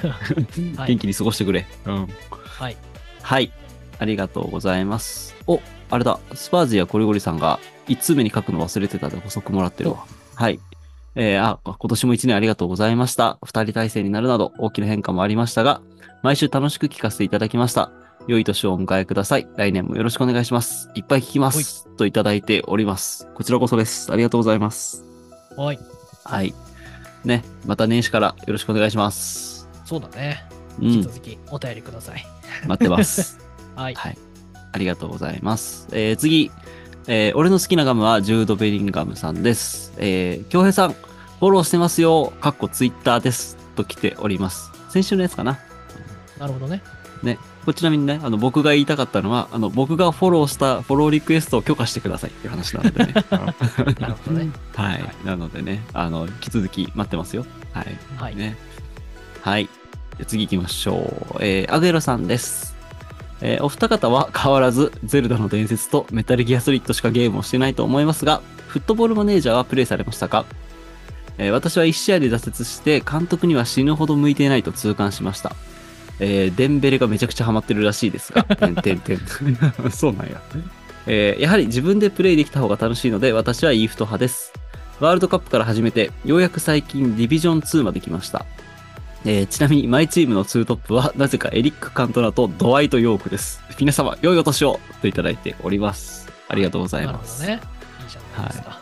[SPEAKER 1] はい
[SPEAKER 2] 元気に過ごしてくれ。うん。
[SPEAKER 1] はい。
[SPEAKER 2] はい。ありがとうございます。お、あれだ。スパージやコリゴリさんが1通目に書くの忘れてたで補足もらってるわ。はい。えーあ、今年も1年ありがとうございました。2人体制になるなど大きな変化もありましたが、毎週楽しく聞かせていただきました。良い年をお迎えください。来年もよろしくお願いします。いっぱい聞きます。といただいております。こちらこそです。ありがとうございます。
[SPEAKER 1] はい。
[SPEAKER 2] はい。ね、また年始からよろしくお願いします。
[SPEAKER 1] そうだね。
[SPEAKER 2] う
[SPEAKER 1] 引き
[SPEAKER 2] ん、
[SPEAKER 1] 続きお便りください。
[SPEAKER 2] 待ってます。
[SPEAKER 1] はい。
[SPEAKER 2] はい。ありがとうございます。えー次、えー俺の好きなガムはジュード・ベリンガムさんです。えー、京平さん、フォローしてますよ。かっこツイッターです。と来ております。先週のやつかな。
[SPEAKER 1] なるほどね。
[SPEAKER 2] ね。これちなみにね、あの、僕が言いたかったのは、あの、僕がフォローしたフォローリクエストを許可してくださいっていう話なのでね。
[SPEAKER 1] *laughs* なるほどね。
[SPEAKER 2] はい。なのでね、あの、引き続き待ってますよ。はい。
[SPEAKER 1] はい。
[SPEAKER 2] ね。はい。で次行きましょう。えーアグエロさんです。えーお二方は変わらず、ゼルダの伝説とメタルギアソリッドしかゲームをしてないと思いますが、フットボールマネージャーはプレイされましたか、えー私は1試合で挫折して、監督には死ぬほど向いていないと痛感しました。えーデンベレがめちゃくちゃハマってるらしいです *laughs* が、てんてんてん *laughs* そうなんや。えーやはり自分でプレイできた方が楽しいので、私はイーフト派です。ワールドカップから始めて、ようやく最近ディビジョン2まで来ました。えーちなみに、マイチームの2トップは、なぜかエリック・カントナとドワイト・ヨークです。皆様、良いお年をといただいております。ありがとうござい
[SPEAKER 1] なる
[SPEAKER 2] ま
[SPEAKER 1] ほ
[SPEAKER 2] す。
[SPEAKER 1] どね。いいじゃないですか。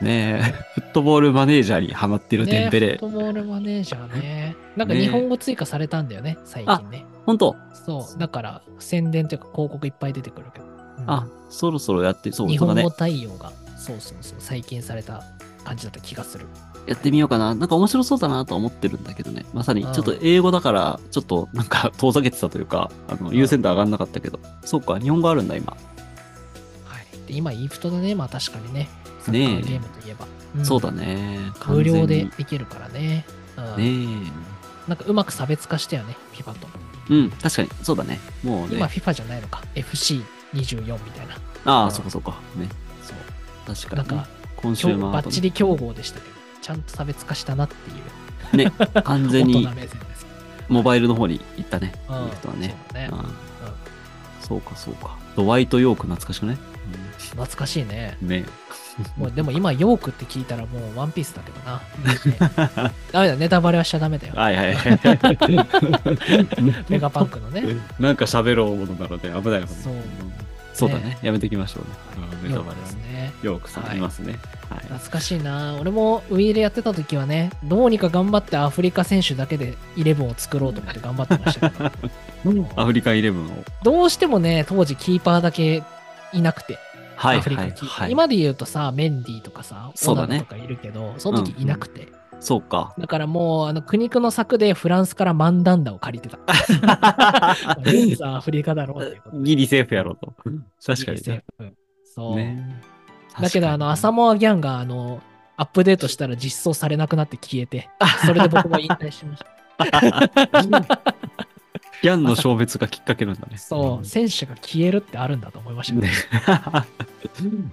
[SPEAKER 2] ねえ、フットボールマネージャーにハマってるデンベ
[SPEAKER 1] ねフッ
[SPEAKER 2] レ。
[SPEAKER 1] トボールマネージャーね。なんか
[SPEAKER 2] ね
[SPEAKER 1] 日本語追加されたんだよね、最近ね。
[SPEAKER 2] 本当
[SPEAKER 1] そう。だから宣伝というか広告いっぱい出てくるけど。うん
[SPEAKER 2] あ、そろそろやって、そう、
[SPEAKER 1] 日
[SPEAKER 2] そうだ
[SPEAKER 1] 本
[SPEAKER 2] ね
[SPEAKER 1] 語。対応が、そうそうそう、最近された感じだった気がする。
[SPEAKER 2] やってみようかな。なんか面白そうだなとは思ってるんだけどね。まさに
[SPEAKER 1] う、ん
[SPEAKER 2] ちょっと英語だから、ちょっとなんか遠ざけてたというか、あの、
[SPEAKER 1] ん
[SPEAKER 2] 優先度上がんなかったけど。そうか、日本語あるんだ、今。
[SPEAKER 1] はい。で今、イフトだね、まあ確かにね。サッカ
[SPEAKER 2] ね
[SPEAKER 1] ーゲー
[SPEAKER 2] え
[SPEAKER 1] ム。といえば。ん
[SPEAKER 2] そうだ。ね。
[SPEAKER 1] 無料で
[SPEAKER 2] 完
[SPEAKER 1] できるからね。うん
[SPEAKER 2] 全に。ね
[SPEAKER 1] なんかうまく差別化したよね、FIFA と。
[SPEAKER 2] え。うん、確かに、そうだね。もう
[SPEAKER 1] 今、
[SPEAKER 2] ね。
[SPEAKER 1] FIFA じゃないのか。FC24 みたいな。
[SPEAKER 2] あ
[SPEAKER 1] う
[SPEAKER 2] あ、
[SPEAKER 1] ん
[SPEAKER 2] そうかそうか。ね。
[SPEAKER 1] そう。
[SPEAKER 2] 確か
[SPEAKER 1] なん
[SPEAKER 2] にね
[SPEAKER 1] か、。
[SPEAKER 2] 今
[SPEAKER 1] 強
[SPEAKER 2] 週も
[SPEAKER 1] バッチリ競合でしたけど、ちゃんと差別化したなっていう。
[SPEAKER 2] ね、完
[SPEAKER 1] *laughs*
[SPEAKER 2] 全
[SPEAKER 1] 大
[SPEAKER 2] に
[SPEAKER 1] 人目線ですけど。
[SPEAKER 2] モバイルの方に行ったね。
[SPEAKER 1] うん
[SPEAKER 2] リフトはね。
[SPEAKER 1] そうだね
[SPEAKER 2] うんそうか、そうか。ドワイト・ヨーク懐かしくない
[SPEAKER 1] 懐かしいね。
[SPEAKER 2] ね
[SPEAKER 1] もうでも今、ヨークって聞いたらもうワンピースだけどな。ねダメだ、ネタバレはしちゃダメだ
[SPEAKER 2] *laughs*
[SPEAKER 1] よ。
[SPEAKER 2] はいはいはい。
[SPEAKER 1] *laughs* メガパンクのね。
[SPEAKER 2] *laughs* なんか喋ろうものなので危ないもんね
[SPEAKER 1] そう
[SPEAKER 2] そうだね。やめてきましょうね。うんネタ
[SPEAKER 1] ヨー
[SPEAKER 2] バ
[SPEAKER 1] ク
[SPEAKER 2] レ
[SPEAKER 1] です
[SPEAKER 2] はね
[SPEAKER 1] ね。
[SPEAKER 2] ヨークさ
[SPEAKER 1] は
[SPEAKER 2] ん
[SPEAKER 1] い
[SPEAKER 2] いますね。はい。
[SPEAKER 1] 懐かしいな俺もウィーレやってた時はね、どうにか頑張ってアフリカ選手だけでイレブンを作ろうと思って頑張ってま
[SPEAKER 2] *laughs*
[SPEAKER 1] したけど、
[SPEAKER 2] アフリカイレブンを。
[SPEAKER 1] どうしてもね、当時キーパーだけいなくて、
[SPEAKER 2] はい
[SPEAKER 1] アフリカ
[SPEAKER 2] はい
[SPEAKER 1] キーパー
[SPEAKER 2] はい。
[SPEAKER 1] 今で言うとさ、メンディーとかさ、
[SPEAKER 2] そうだ
[SPEAKER 1] オナ
[SPEAKER 2] ね
[SPEAKER 1] ナとかいるけど、その時いなくて。
[SPEAKER 2] そ
[SPEAKER 1] *laughs*
[SPEAKER 2] うか。
[SPEAKER 1] だからもう、あの、苦肉の策でフランスからマンダンダを借りてた。レンズはアフリカだろうっていうこと。
[SPEAKER 2] ギリセーフやろうと。 *laughs* 確かにね。
[SPEAKER 1] うんそう。
[SPEAKER 2] ね
[SPEAKER 1] だけど、あの、サ、モアギャンが、あの、アップデートしたら実装されなくなって消えて、それで僕も引退しました。
[SPEAKER 2] 確かにギャンの消滅がきっかけなんだね。
[SPEAKER 1] そう、選手が消えるってあるんだと思いましたね。
[SPEAKER 2] ね *laughs*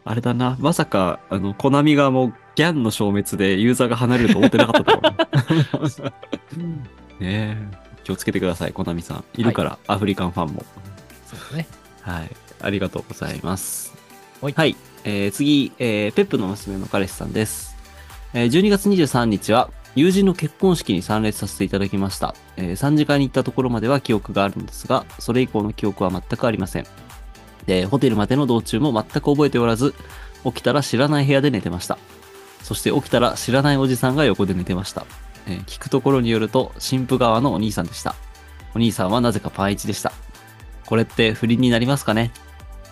[SPEAKER 2] あれだな、まさか、あの、コナミがもうギャンの消滅でユーザーが離れると思ってなかったと
[SPEAKER 1] *laughs*
[SPEAKER 2] 思う。ねえ、気をつけてください、コナミさん。いるから、アフリカンファンも。
[SPEAKER 1] そうだね。
[SPEAKER 2] はい、ありがとうございます。
[SPEAKER 1] はい
[SPEAKER 2] はい、えー次、えーペップの娘の彼氏さんです。えー12月23日は、友人の結婚式に参列させていただきました。えー3次会に行ったところまでは記憶があるんですが、それ以降の記憶は全くありません。で、ホテルまでの道中も全く覚えておらず、起きたら知らない部屋で寝てました。そして起きたら知らないおじさんが横で寝てました。えー聞くところによると、神父側のお兄さんでした。お兄さんはなぜかパンイチでした。これって不倫になりますかね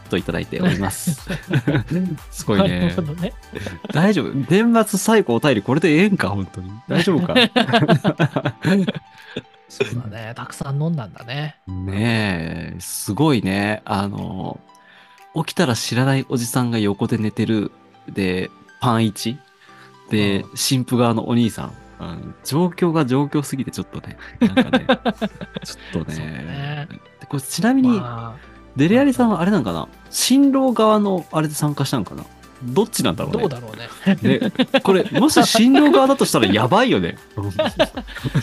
[SPEAKER 2] といただいております。 *laughs* すごい
[SPEAKER 1] なる
[SPEAKER 2] ね
[SPEAKER 1] ほ。どね。
[SPEAKER 2] *laughs* 大丈夫。年末最高お便り、これでええんか、本当に。大丈 *laughs* 夫か。
[SPEAKER 1] そうだね。たくさん飲んだんだね。
[SPEAKER 2] ねえ、すごいね。あの、起きたら知らないおじさんが横で寝てる。で、パン一で
[SPEAKER 1] う、
[SPEAKER 2] 新婦側のお兄さん。あの状況が状況すぎてちょっとね、なん *laughs* かね、ちょっと
[SPEAKER 1] そうね
[SPEAKER 2] ね。でこれちなみに、
[SPEAKER 1] ま
[SPEAKER 2] デレアリさんはあれなんかな新郎側のあれで参加したんかなどっちなんだ
[SPEAKER 1] あ
[SPEAKER 2] ろうね。
[SPEAKER 1] どうだろうね。
[SPEAKER 2] ね、これ、もし新郎側だとしたらやばいよね。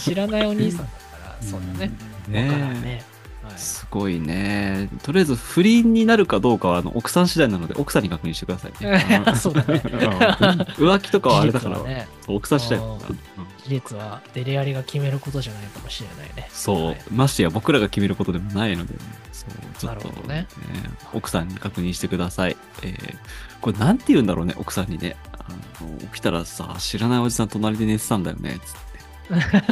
[SPEAKER 1] 知らないお兄さんだから、そうだね。
[SPEAKER 2] ね
[SPEAKER 1] わからんね。はい。
[SPEAKER 2] すごいね。とりあえず不倫になるかどうかはあの奥さん次第なので奥さんに確認してくださいね
[SPEAKER 1] *laughs* そうだね
[SPEAKER 2] うん浮気とかはあれだから、
[SPEAKER 1] 事実はね、
[SPEAKER 2] 奥さん次第だから
[SPEAKER 1] う事実はデレアリが決めることじゃないかもしれないね。
[SPEAKER 2] そ、
[SPEAKER 1] はいう
[SPEAKER 2] ましてや僕らが決めることでもないので、そうちょっと、
[SPEAKER 1] なるほどね
[SPEAKER 2] 奥さんに確認してください。えーこれなんて言うんだろうね、奥さんにね。あの起きたらさ、知らないおじさん隣で寝てたんだよね、つっ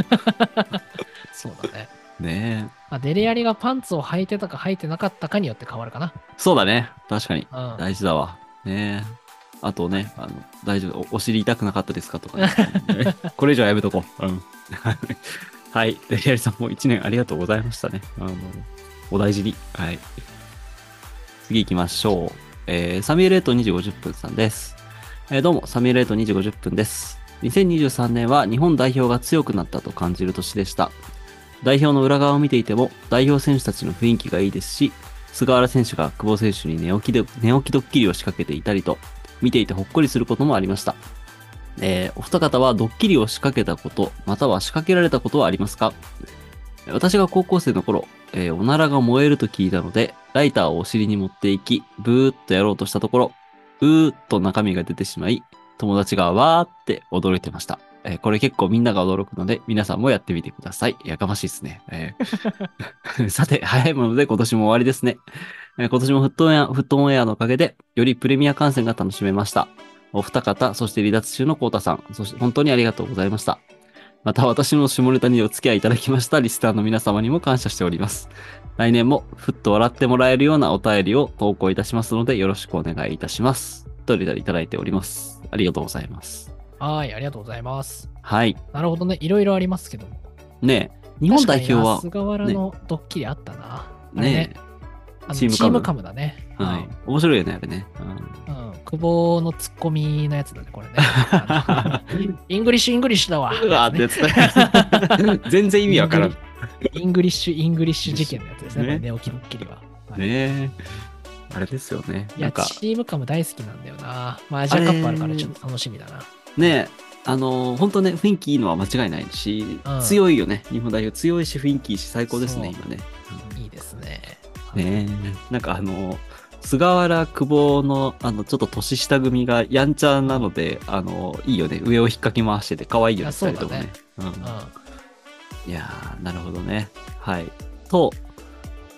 [SPEAKER 1] そうだね。
[SPEAKER 2] てね
[SPEAKER 1] まあ、デレアリがパンツを履いてたか履いてなかったかによって変わるかな。
[SPEAKER 2] そうだね、確かに。
[SPEAKER 1] うん。
[SPEAKER 2] 大事だわ。ねあとね、あの、大丈夫、おお尻痛くなかったですかと
[SPEAKER 1] *laughs*
[SPEAKER 2] か、ねこれ以上はやめとこう。うん。はい。で、リアリさんも一年ありがとうございましたね。あの、お大事に。はい。次行きましょう。えーサミュエレート2時50分さんです。えーどうも、サミュエレート2時50分です。2023年は日本代表が強くなったと感じる年でした。代表の裏側を見ていても、代表選手たちの雰囲気がいいですし、菅原選手が久保選手に寝起きで寝起きドッキリを仕掛けていたりと、見ていてほっこりすることもありました。えーお二方はドッキリを仕掛けたこと、または仕掛けられたことはありますか私が高校生の頃、えーおならが燃えると聞いたので、ライターをお尻に持っていき、ブーっとやろうとしたところ、うーっと中身が出てしまい、友達がわーって驚いてました。えーこれ結構みんなが驚くので、皆さんもやってみてください。やかましいですね。えー *laughs* さて、早いもので今年も終わりですね。えー今年もフットオンエア、フットオンエアのおかげで、よりプレミア観戦が楽しめました。お二方、そして離脱中のコウタさん、そして本当にありがとうございました。また私の下ネタにお付き合いいただきましたリスターの皆様にも感謝しております。来年もふっと笑ってもらえるようなお便りを投稿いたしますのでよろしくお願いいたします。とりいただいております。ありがとうございます。
[SPEAKER 1] はい、ありがとうございます。
[SPEAKER 2] はい。
[SPEAKER 1] なるほどね。いろいろありますけども。
[SPEAKER 2] ねえ、日本代表は
[SPEAKER 1] 確かに菅原のドッキリあったな。あれ
[SPEAKER 2] ね
[SPEAKER 1] あの
[SPEAKER 2] チ
[SPEAKER 1] チー
[SPEAKER 2] ーム
[SPEAKER 1] ム
[SPEAKER 2] カム
[SPEAKER 1] カムだね。
[SPEAKER 2] え、はい。面白いよね、あれね。うん
[SPEAKER 1] うん。久保のツッコミのやつだね、これね。 *laughs* あのイングリッシュ、イングリッシュだわ。
[SPEAKER 2] うわーってやつね全然意味わからん。ね
[SPEAKER 1] イングリッシュ、イングリッシュ事件のやつですね。
[SPEAKER 2] ね
[SPEAKER 1] これ寝起きドッキリは。はい
[SPEAKER 2] え。あれですよね。
[SPEAKER 1] い
[SPEAKER 2] な
[SPEAKER 1] や、
[SPEAKER 2] んか、
[SPEAKER 1] チームカム大好きなんだよな。まあ、アジアカップあるからちょっと楽しみだな。
[SPEAKER 2] ねえ、あのー本当ね、雰囲気いいのは間違いないし、
[SPEAKER 1] うん
[SPEAKER 2] 強いよね。日本代表強いし、雰囲気いいし、最高ですね、
[SPEAKER 1] そう
[SPEAKER 2] 今ね。
[SPEAKER 1] いいですね。
[SPEAKER 2] ねえ、なんかあの、菅原久保の、あの、ちょっと年下組がやんちゃなので、あの、いいよね。上を引っかき回してて、可愛い
[SPEAKER 1] い
[SPEAKER 2] よね、
[SPEAKER 1] やそう
[SPEAKER 2] 二
[SPEAKER 1] だ
[SPEAKER 2] 人ともね
[SPEAKER 1] ね。
[SPEAKER 2] うん
[SPEAKER 1] うん。はい
[SPEAKER 2] やー、なるほどね。はい。と、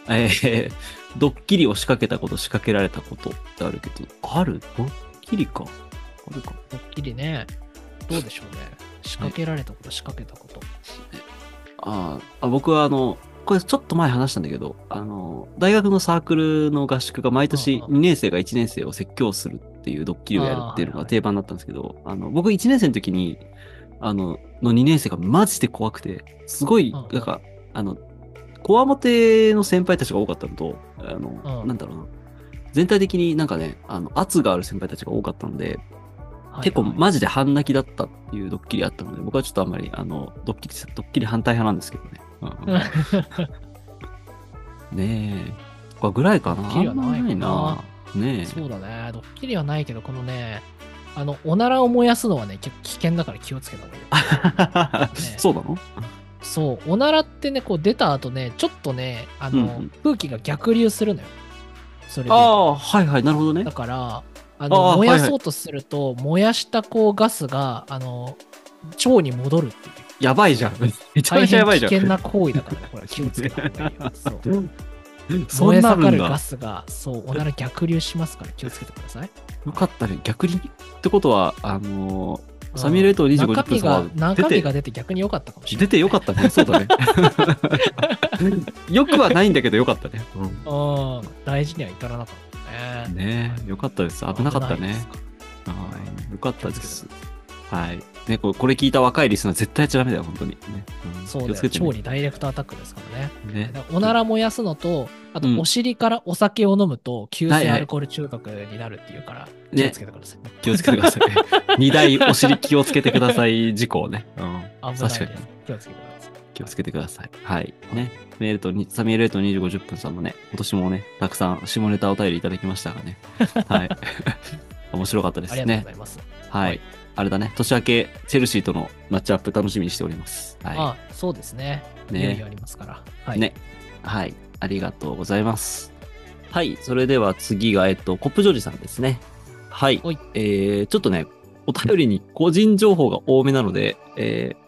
[SPEAKER 2] えー、 *laughs* ドッキリを仕掛けたこと、仕掛けられたことってあるけど、あるドッキリか。あるか。
[SPEAKER 1] ドッキリね。どうでしょうね。仕掛けられたこと、仕掛けたこと。
[SPEAKER 2] あーあ、僕はあの、これちょっと前話したんだけど、あの、大学のサークルの合宿が毎年
[SPEAKER 1] うんうん
[SPEAKER 2] 2年生が1年生を説教するっていうドッキリをやるってい
[SPEAKER 1] あーはい
[SPEAKER 2] うの
[SPEAKER 1] は
[SPEAKER 2] が
[SPEAKER 1] い
[SPEAKER 2] 定番だったんですけど、あの、僕1年生の時に、あの、の2年生がマジで怖くて、すごい
[SPEAKER 1] うんうん、
[SPEAKER 2] なんか、あの、こわもての先輩たちが多かったのと、あの、
[SPEAKER 1] うん
[SPEAKER 2] なんだろうな。全体的になんかね、あの、圧がある先輩たちが多かったので、
[SPEAKER 1] はい
[SPEAKER 2] 結構
[SPEAKER 1] はい
[SPEAKER 2] マジで半泣きだったっていうドッキリあったので、僕はちょっとあんまり、あの、ドッキリ、ドッキリ反対派なんですけどね。うん
[SPEAKER 1] *laughs*
[SPEAKER 2] うん、ねえ。これぐらいか
[SPEAKER 1] ド
[SPEAKER 2] な。
[SPEAKER 1] ッキリはないかな
[SPEAKER 2] あんまないな。ね
[SPEAKER 1] そうだね。ドッキリはないけど、このね、あの、おならを燃やすのはね、結構危険だから気をつけた方がいいよ。
[SPEAKER 2] え。
[SPEAKER 1] ね
[SPEAKER 2] そうなの
[SPEAKER 1] そう、おならってね、こう出た後ね、ちょっとね、あの、
[SPEAKER 2] うんうん
[SPEAKER 1] 空気が逆流するのよ。それで。
[SPEAKER 2] ああ、はいはい、なるほどね
[SPEAKER 1] だ。から、あ
[SPEAKER 2] あ
[SPEAKER 1] の
[SPEAKER 2] ー
[SPEAKER 1] 燃やそうとすると、燃やしたこうガスが、あの、腸に戻るっていう。
[SPEAKER 2] やば
[SPEAKER 1] *laughs*
[SPEAKER 2] いじゃん。めちゃ
[SPEAKER 1] 大
[SPEAKER 2] めち
[SPEAKER 1] 変
[SPEAKER 2] ゃやば
[SPEAKER 1] 危
[SPEAKER 2] いじゃ
[SPEAKER 1] 険
[SPEAKER 2] ん。
[SPEAKER 1] な行為だからね、これは気をつけた方がいいよ。そう
[SPEAKER 2] *laughs* そ
[SPEAKER 1] 燃
[SPEAKER 2] ん
[SPEAKER 1] え
[SPEAKER 2] な
[SPEAKER 1] 盛
[SPEAKER 2] るん
[SPEAKER 1] るガ
[SPEAKER 2] だ。
[SPEAKER 1] スが、そう、おなら逆流しますから気をつけてください。
[SPEAKER 2] よかったね。逆に。ってことは、あのサミュレート
[SPEAKER 1] うん
[SPEAKER 2] 25
[SPEAKER 1] 中身
[SPEAKER 2] 分
[SPEAKER 1] が
[SPEAKER 2] は、
[SPEAKER 1] 中身
[SPEAKER 2] 出て
[SPEAKER 1] が出て逆に良かったかもしれな
[SPEAKER 2] 出
[SPEAKER 1] い。
[SPEAKER 2] てよかったね。そう
[SPEAKER 1] *laughs*
[SPEAKER 2] だね。 *laughs* よくはないんだけどよかったね。うん
[SPEAKER 1] うん、大事には至らなかったね。
[SPEAKER 2] ねえ、よかったです。危なかった
[SPEAKER 1] 危ないです
[SPEAKER 2] ね。
[SPEAKER 1] か
[SPEAKER 2] はいよかったで
[SPEAKER 1] 気
[SPEAKER 2] す。はい。ね、これこれ聞いた若いリスナー絶対やっちゃダメだよ、本当に。ね、ん
[SPEAKER 1] そうだよ、
[SPEAKER 2] 気をつけて
[SPEAKER 1] 腸
[SPEAKER 2] ね
[SPEAKER 1] にダイレクトアタックですからね。
[SPEAKER 2] ね
[SPEAKER 1] だからおなら燃やすのと、あ
[SPEAKER 2] う
[SPEAKER 1] と
[SPEAKER 2] ん
[SPEAKER 1] お尻からお酒を飲むと急性
[SPEAKER 2] はいはい
[SPEAKER 1] アルコール中毒になるっていうから
[SPEAKER 2] ね
[SPEAKER 1] 気をつけてください。
[SPEAKER 2] 気をつけてください。 *laughs* 二台お尻気をつけてください事項ね。うん。
[SPEAKER 1] 危ない
[SPEAKER 2] 確
[SPEAKER 1] で
[SPEAKER 2] か
[SPEAKER 1] す。気をつけてください。
[SPEAKER 2] 気をつけてください。はい。ね。メールとに、サミュエルと25、10分さんもね、今年もね、たくさん下ネタお便りいただきましたがね。はい。 *laughs* 面白かったで
[SPEAKER 1] ありがと
[SPEAKER 2] す
[SPEAKER 1] うご
[SPEAKER 2] ね
[SPEAKER 1] ざ。います。
[SPEAKER 2] はい。
[SPEAKER 1] はい
[SPEAKER 2] あれだね、年明け、チェルシーとのマッチアップ楽しみにしております。は
[SPEAKER 1] あそうですね。
[SPEAKER 2] い。
[SPEAKER 1] いよいよ
[SPEAKER 2] ね。
[SPEAKER 1] ありますから。はい。
[SPEAKER 2] ね。はい。ありがとうございます。はい。それでは次が、えっと、コップジョージさんですね。はい。
[SPEAKER 1] はい
[SPEAKER 2] えー、ちょっとね、お便りに個人情報が多めなので、えー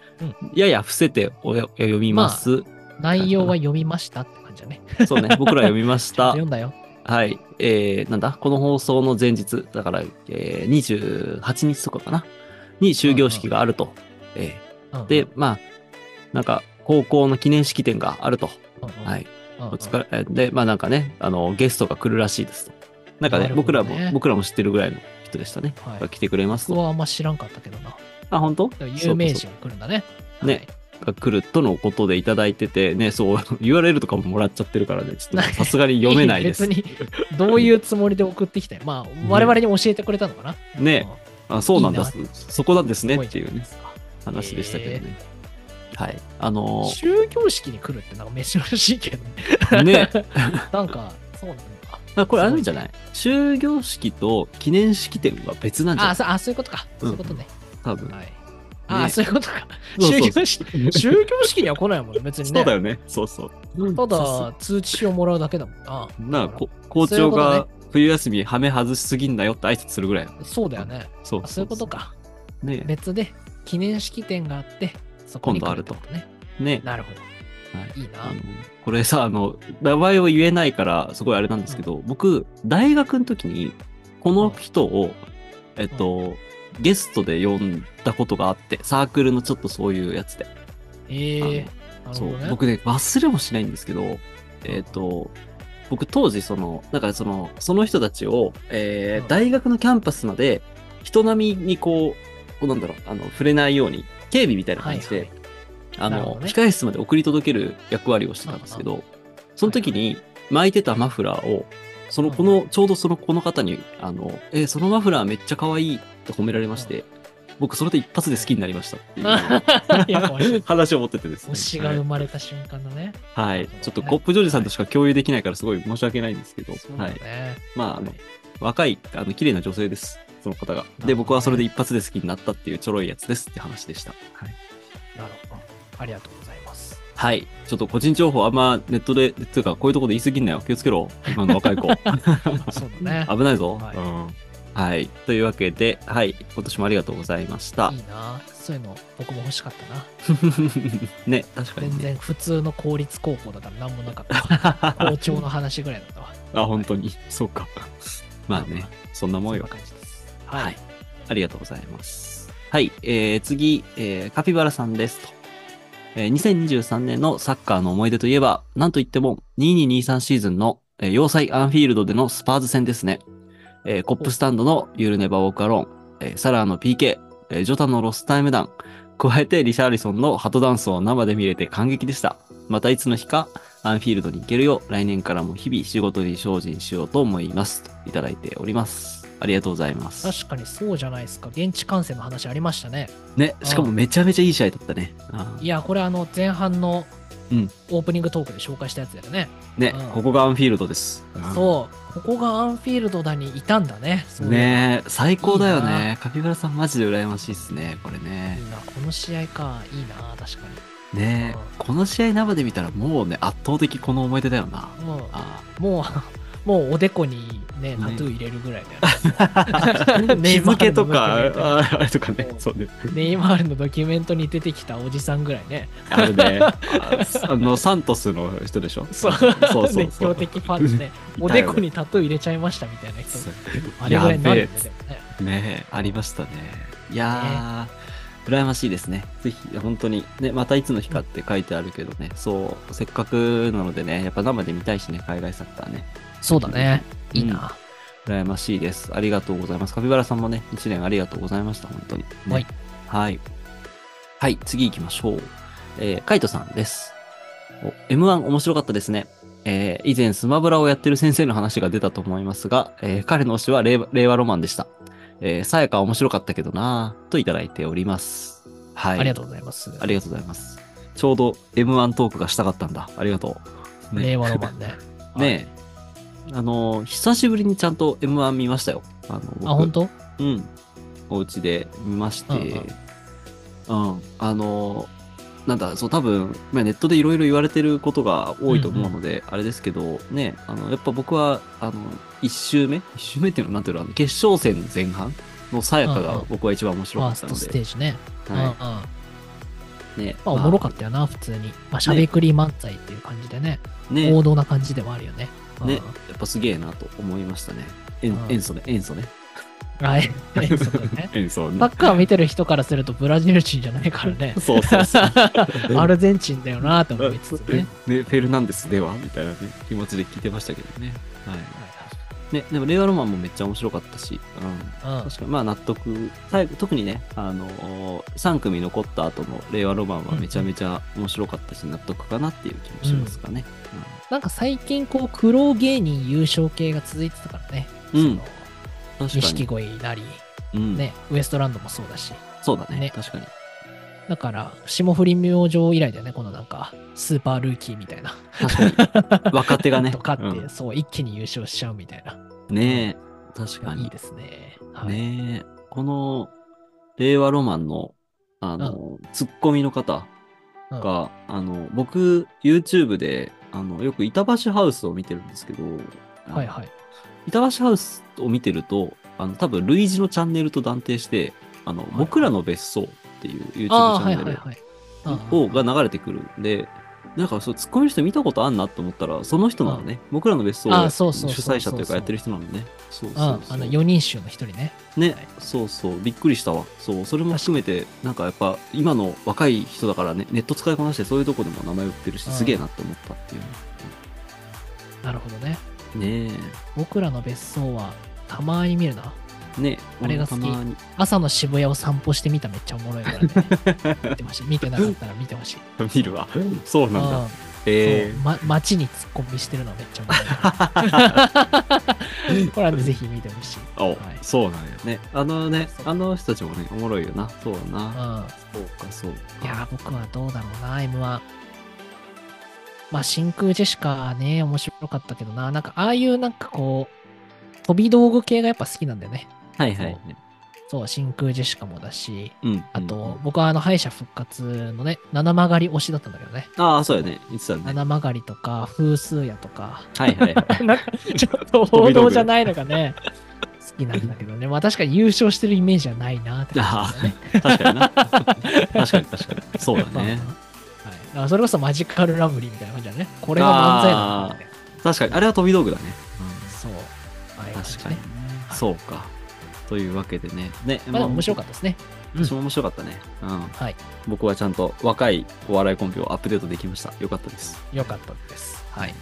[SPEAKER 2] やや伏せておや読みます。
[SPEAKER 1] 内容は読みましたって感じだ
[SPEAKER 2] *laughs*
[SPEAKER 1] ね。
[SPEAKER 2] そうね、僕ら読みまし
[SPEAKER 1] ちゃんと *laughs*
[SPEAKER 2] た。
[SPEAKER 1] 読んだよ。
[SPEAKER 2] はい。えー、なんだこの放送の前日、だから、えー、28日とかかなに終業式があると。え
[SPEAKER 1] うん。
[SPEAKER 2] ーで、まあ、なんか、高校の記念式典があると。はいい。
[SPEAKER 1] お
[SPEAKER 2] お疲れ、えーで、まあなんかね、あの、ゲストが来るらしいですと。なんかね、
[SPEAKER 1] なるほ
[SPEAKER 2] 僕ら
[SPEAKER 1] どね
[SPEAKER 2] も、僕らも知ってるぐらいの人でしたね。
[SPEAKER 1] はい
[SPEAKER 2] が来てくれます
[SPEAKER 1] 僕
[SPEAKER 2] と。
[SPEAKER 1] はあんま知らんかったけどな。
[SPEAKER 2] あ、本当
[SPEAKER 1] でも有名人が来るんだね。
[SPEAKER 2] そうねが来るとのことでいただいてて、ね、そう、URL *laughs* とかももらっちゃってるからね、ちょっとさすがに
[SPEAKER 1] *laughs* はい。
[SPEAKER 2] 読めないです。
[SPEAKER 1] 別に、どういうつもりで送ってきたよまあ、我々に教えてくれたのかな。
[SPEAKER 2] ね
[SPEAKER 1] うん
[SPEAKER 2] あそうなんだ
[SPEAKER 1] いい
[SPEAKER 2] そそこなんですね
[SPEAKER 1] ご
[SPEAKER 2] っていうね
[SPEAKER 1] じゃなですか
[SPEAKER 2] 話でしたけどね。はい。あのー
[SPEAKER 1] 終業式に来るってなんか珍しいけどね。 *laughs*
[SPEAKER 2] ね、
[SPEAKER 1] なんか、そうなんだ。
[SPEAKER 2] あこれあるんじゃない終業式と記念式典は別なんじゃな
[SPEAKER 1] あ
[SPEAKER 2] い
[SPEAKER 1] そうあ、そういうことか。そういうことね。
[SPEAKER 2] 多分。
[SPEAKER 1] はい。あ、
[SPEAKER 2] ね
[SPEAKER 1] そういうことか。
[SPEAKER 2] そう
[SPEAKER 1] 終
[SPEAKER 2] そう
[SPEAKER 1] 業式、 *laughs* 終業式には来ないもんね、別に
[SPEAKER 2] そ
[SPEAKER 1] ね。
[SPEAKER 2] うだよね。そうそう。
[SPEAKER 1] た
[SPEAKER 2] そう
[SPEAKER 1] だ、通知書をもらうだけだもんな。
[SPEAKER 2] そうなあ
[SPEAKER 1] だか
[SPEAKER 2] こ校
[SPEAKER 1] そ
[SPEAKER 2] 長
[SPEAKER 1] ういう
[SPEAKER 2] が
[SPEAKER 1] こ
[SPEAKER 2] 冬休みハメ外しすぎんなよって挨拶するぐらいの。
[SPEAKER 1] らそうだよね。
[SPEAKER 2] そう
[SPEAKER 1] あそういうこと。か。
[SPEAKER 2] ね
[SPEAKER 1] 別で記念式典があって、そこに来ってことね。
[SPEAKER 2] ね
[SPEAKER 1] なるほど。
[SPEAKER 2] はい
[SPEAKER 1] いいな
[SPEAKER 2] あの。これさ、あの、名前を言えないから、すごいあれなんですけど、僕、大学の時に、この人を、えっと、ゲストで呼んだことがあって、サークルのちょっとそういうやつで。
[SPEAKER 1] ええなる
[SPEAKER 2] そ
[SPEAKER 1] ほど
[SPEAKER 2] う
[SPEAKER 1] ね。、
[SPEAKER 2] 僕ね、忘れもしないんですけど、えっと、僕当時、その、だからその、その人たちを、え
[SPEAKER 1] う
[SPEAKER 2] ー
[SPEAKER 1] ん
[SPEAKER 2] 大学のキャンパスまで、人並みにこう、こうなんだろう、あの、触れないように、警備みたいな
[SPEAKER 1] は
[SPEAKER 2] 感
[SPEAKER 1] い
[SPEAKER 2] じで、
[SPEAKER 1] はい。
[SPEAKER 2] あ
[SPEAKER 1] なるほ
[SPEAKER 2] の、
[SPEAKER 1] どね
[SPEAKER 2] 控室まで送り届ける役割をしてたんですけど、その時に巻いてたマフラーを、その、
[SPEAKER 1] うん
[SPEAKER 2] この、ちょうどその、この方に、あの、えーそのマフラーめっちゃ可愛いって褒められまして、僕それで一発で好きになりましたっていう
[SPEAKER 1] *laughs* いやもう
[SPEAKER 2] 話を持っててですね。
[SPEAKER 1] 推しが生まれた瞬間だね。
[SPEAKER 2] はい。はいちょっとコップジョージさんとしか共有できないからすごい申し訳ないんですけど、
[SPEAKER 1] そう
[SPEAKER 2] は
[SPEAKER 1] だ
[SPEAKER 2] い。
[SPEAKER 1] ね。
[SPEAKER 2] まあ、あの、若い、あの、綺麗な女性です。その方が。で、僕はそれで一発で好きになったっていうちょろいやつですって話でした。はい。
[SPEAKER 1] なるほど。ありがとうござい *laughs* ます。
[SPEAKER 2] はい。ちょっと個人情報あんまネットで、っていうかこういうとこで言い過ぎんなよ。気をつけろ。今の若 *laughs* い子。
[SPEAKER 1] そうだね。
[SPEAKER 2] 危ないぞ。
[SPEAKER 1] はい
[SPEAKER 2] うんはい。というわけで、はい。今年もありがとうございました
[SPEAKER 1] い。いな。そういうの僕も欲しかったな。
[SPEAKER 2] *laughs* ね、確か
[SPEAKER 1] 全
[SPEAKER 2] に *laughs* ね。
[SPEAKER 1] 然普通の公立高校だから何もなかった *laughs* わ。校長の話ぐらいだったわ。
[SPEAKER 2] あ、本当に。そうか。まあね、そんなもん
[SPEAKER 1] そんな
[SPEAKER 2] よ。
[SPEAKER 1] 感じです。
[SPEAKER 2] は
[SPEAKER 1] はいい。。
[SPEAKER 2] ありがとうございます。はい。えー、次、えーカピバラさんですと。えー2023年のサッカーの思い出といえば、なんといっても、2223シーズンの、えー要塞アンフィールドでのスパーズ戦ですね。えーコップスタンドのユルネバーウォークアローン、えーサラーの PK、えージョタのロスタイムダウン、加えてリシャーリソンのハトダンスを生で見れて感激でした。またいつの日か、アンフィールドに行けるよう、来年からも日々仕事に精進しようと思います。といただいております。ありがとうございます。
[SPEAKER 1] 確かにそうじゃないですか。現地観戦の話ありましたね。
[SPEAKER 2] ね、
[SPEAKER 1] うん
[SPEAKER 2] しかもめちゃめちゃいい試合だったね。あ
[SPEAKER 1] いや、これあの前半の
[SPEAKER 2] うん
[SPEAKER 1] オープニングトークで紹介したやつだよね。
[SPEAKER 2] ーね
[SPEAKER 1] うん、
[SPEAKER 2] ここがアンフィールドです。
[SPEAKER 1] そう。ここがアンフィールドだにいたんだね。そういえば
[SPEAKER 2] ねえ最高だよ
[SPEAKER 1] いい
[SPEAKER 2] ね。カピバラさんマジで羨ましいっすね、これ
[SPEAKER 1] い
[SPEAKER 2] ね
[SPEAKER 1] い。な、この試合か。いいな、確か
[SPEAKER 2] ねえ
[SPEAKER 1] うん
[SPEAKER 2] この試合生で見たらもうね、圧倒的この思い出だよな。
[SPEAKER 1] に。も
[SPEAKER 2] あ
[SPEAKER 1] う、もう、 *laughs* もうおでこにね、タトゥー入れるぐらいだよね。 *laughs*
[SPEAKER 2] *laughs* ー
[SPEAKER 1] ネイ
[SPEAKER 2] 日
[SPEAKER 1] マール
[SPEAKER 2] 付
[SPEAKER 1] の
[SPEAKER 2] と
[SPEAKER 1] ムーブみたい
[SPEAKER 2] か、
[SPEAKER 1] な
[SPEAKER 2] あーあれとかね、そうね。
[SPEAKER 1] ネイマールのドキュメントに出てきたおじさんぐらいね。
[SPEAKER 2] あ
[SPEAKER 1] *laughs*
[SPEAKER 2] れね、ああの、サントスの人でしょ
[SPEAKER 1] そう、
[SPEAKER 2] そうそう
[SPEAKER 1] 熱
[SPEAKER 2] そ
[SPEAKER 1] 狂
[SPEAKER 2] う。
[SPEAKER 1] 的ファンでね、おでこにタトゥー入れちゃいましたみたいな人。あれぐらいになるんだよね。
[SPEAKER 2] ねえありましたね。いやー、羨ましいですね。ぜひ、本当に、ね、またいつの日かって書いてあるけどね、そう、せっかくなのでね、やっぱ生で見たいしね、海外サッカーね、
[SPEAKER 1] そうだね。
[SPEAKER 2] うん
[SPEAKER 1] いいな。
[SPEAKER 2] 羨ましいです。ありがとうございます。カピバラさんもね、一年ありがとうございました、本当に。ね
[SPEAKER 1] はい。
[SPEAKER 2] はい。はい、次行きましょう。えーカイトさんです。お M1 面白かったですね。えー以前スマブラをやってる先生の話が出たと思いますが、えー彼の推しは令和令和ロマンでした。えー、さやか面白かったけどなぁといただいております。はい。
[SPEAKER 1] ありがとうございます。
[SPEAKER 2] ありがとうございます。ちょうど M1 トークがしたかったんだ。ありがとう。
[SPEAKER 1] 令和ロマンね。
[SPEAKER 2] *laughs* ねえ。あのー、久しぶりにちゃんと M1 見ましたよ。あの、僕
[SPEAKER 1] あ、本当？
[SPEAKER 2] うん。お家で見まして、うん、あのー、なんだ、そう、多分、まあ、ネットでいろいろ言われてることが多いと思うので、あれですけど、ね、あの、やっぱ僕は、あの、一周目一周目っていうのはなんていうのあの決勝戦前半のさやか
[SPEAKER 1] うん
[SPEAKER 2] が
[SPEAKER 1] うん
[SPEAKER 2] 僕は一番面
[SPEAKER 1] フ
[SPEAKER 2] 白か
[SPEAKER 1] ァー
[SPEAKER 2] っ
[SPEAKER 1] ス
[SPEAKER 2] た
[SPEAKER 1] ト
[SPEAKER 2] の
[SPEAKER 1] ス
[SPEAKER 2] で
[SPEAKER 1] テ、ージね。うんうん。
[SPEAKER 2] は
[SPEAKER 1] ま
[SPEAKER 2] い。ね、
[SPEAKER 1] あおもろかったよな、普通に。まあしゃべくり漫才っていう感じでね、
[SPEAKER 2] ね、
[SPEAKER 1] 王道な感じでもあるよね。うん
[SPEAKER 2] ね、やっぱすげえなと思いましたね。え
[SPEAKER 1] うん
[SPEAKER 2] ん、演奏ね、演奏ね。
[SPEAKER 1] はい。そうだね。
[SPEAKER 2] 演奏ね。
[SPEAKER 1] サッカー見てる人からするとブラジル人じゃないからね。
[SPEAKER 2] そうそうそう
[SPEAKER 1] *laughs* アルゼンチンだよなって思いつつね。
[SPEAKER 2] ね、フェルナンデスではみたいな、ね、気持ちで聞いてましたけどね。はい。ね、でも、令和ロマンもめっちゃ面白かったし、うん。
[SPEAKER 1] うん
[SPEAKER 2] 確かに、まあ、納得。最後、特にね、あの、3組残った後の令和ロマンはめちゃめちゃ面白かったし、納得かなっていう気もしますかね。
[SPEAKER 1] なんか最近こう苦労芸人優勝系が続いてたからね。
[SPEAKER 2] うん
[SPEAKER 1] その
[SPEAKER 2] うん。確か
[SPEAKER 1] 錦
[SPEAKER 2] に。
[SPEAKER 1] 鯉なり、
[SPEAKER 2] うん。
[SPEAKER 1] ね、ウエストランドもそうだし。
[SPEAKER 2] そうだね。
[SPEAKER 1] ね
[SPEAKER 2] 確かに。
[SPEAKER 1] だから、霜降り明星以来だよね、このなんか、スーパールーキーみたいな。
[SPEAKER 2] 確
[SPEAKER 1] *laughs*
[SPEAKER 2] かに。若手がね。
[SPEAKER 1] とかって、
[SPEAKER 2] うん
[SPEAKER 1] そう、一気に優勝しちゃうみたいな。
[SPEAKER 2] ねえ。確か
[SPEAKER 1] いい
[SPEAKER 2] に。
[SPEAKER 1] ですね。はい。
[SPEAKER 2] ねえ。この、令和ロマンの、あの、ツッコミの
[SPEAKER 1] う
[SPEAKER 2] 方。
[SPEAKER 1] ん
[SPEAKER 2] が、あの、僕、YouTube で、あの、よく板橋ハウスを見てるんですけど、
[SPEAKER 1] はいはい。
[SPEAKER 2] 板橋ハウスを見てると、あの、多分、類似のチャンネルと断定して、あの、
[SPEAKER 1] い
[SPEAKER 2] 僕らの別荘っていう YouTube チ
[SPEAKER 1] ああ、は
[SPEAKER 2] ャ
[SPEAKER 1] い
[SPEAKER 2] ン
[SPEAKER 1] はい
[SPEAKER 2] ネル
[SPEAKER 1] はい。
[SPEAKER 2] をが流れてくるんで、なんかそう、ツッコミの人見たことあんなと思ったら、その人なのね。僕らの別荘
[SPEAKER 1] あ
[SPEAKER 2] を主
[SPEAKER 1] そうそうそうそう
[SPEAKER 2] 催者というかやってる人なのね。そう
[SPEAKER 1] うん、
[SPEAKER 2] そう
[SPEAKER 1] あ
[SPEAKER 2] そう
[SPEAKER 1] の、4人衆の一人ね。
[SPEAKER 2] ね、そうそう、びっくりしたわ。そう、それも含めて、なんかやっぱ、今の若い人だからね、ネット使いこなして、そういうとこでも名前売ってるし、
[SPEAKER 1] うん
[SPEAKER 2] すげえなって思ったっていう
[SPEAKER 1] なるほどね。
[SPEAKER 2] ね。ね
[SPEAKER 1] 僕らの別荘は、たまに見るな。
[SPEAKER 2] え。ねえ。
[SPEAKER 1] あれが好き
[SPEAKER 2] たまに。
[SPEAKER 1] 朝の渋谷を散歩してみためっちゃおもろいから
[SPEAKER 2] *laughs*
[SPEAKER 1] ね。見てました。見てなかったら見てほしい。
[SPEAKER 2] 見るわ。そうなん
[SPEAKER 1] う
[SPEAKER 2] だ。
[SPEAKER 1] ん
[SPEAKER 2] え
[SPEAKER 1] そうま、街に突っ込みしてるのはめっちゃ面白
[SPEAKER 2] *laughs*
[SPEAKER 1] い。これはねぜひ見てほしい。
[SPEAKER 2] え *laughs* ー。お
[SPEAKER 1] はい
[SPEAKER 2] そうなんよね。あのね
[SPEAKER 1] そう、そう
[SPEAKER 2] あの人たちもね、おもろいよな。そうだ
[SPEAKER 1] うん、い
[SPEAKER 2] な。
[SPEAKER 1] や
[SPEAKER 2] そうか、そうか。
[SPEAKER 1] ー、僕はどうだろうな、M は。まあ、真空ジェシカね、面白かったけどな、なんか、ああいうなんかこう、飛び道具系がやっぱ好きなんだよね。
[SPEAKER 2] はいはい。
[SPEAKER 1] そう、真空ジェシカもだし、
[SPEAKER 2] うん。
[SPEAKER 1] あと、僕はあの、敗者復活のね、七曲がり推しだったんだけどね。
[SPEAKER 2] うん、ああ、そうやね。言ってたね。
[SPEAKER 1] 七曲がりとか、風数やとか、
[SPEAKER 2] はいは
[SPEAKER 1] *laughs*
[SPEAKER 2] いはい。
[SPEAKER 1] なんか、ちょっと報道じゃないのがね、好きなんだけどね。まあ確かに優勝してるイメージはないなって感じだね。
[SPEAKER 2] 確かにな。確かに確かに。そうだね。
[SPEAKER 1] まあはい、だからそれこそマジカルラブリーみたいな感じだね。これが漫才なんだって。
[SPEAKER 2] 確かに。あれは飛び道具だね。
[SPEAKER 1] そう。はい、
[SPEAKER 2] 確かに
[SPEAKER 1] ね。。はい
[SPEAKER 2] そうか。というわけでね。ね、
[SPEAKER 1] まあでも面白かったですね。
[SPEAKER 2] 私も面白かったね。うん。
[SPEAKER 1] はい。
[SPEAKER 2] 僕はちゃんと若いお笑いコンビをアップデートできました。よかったです。
[SPEAKER 1] よかったです。はい。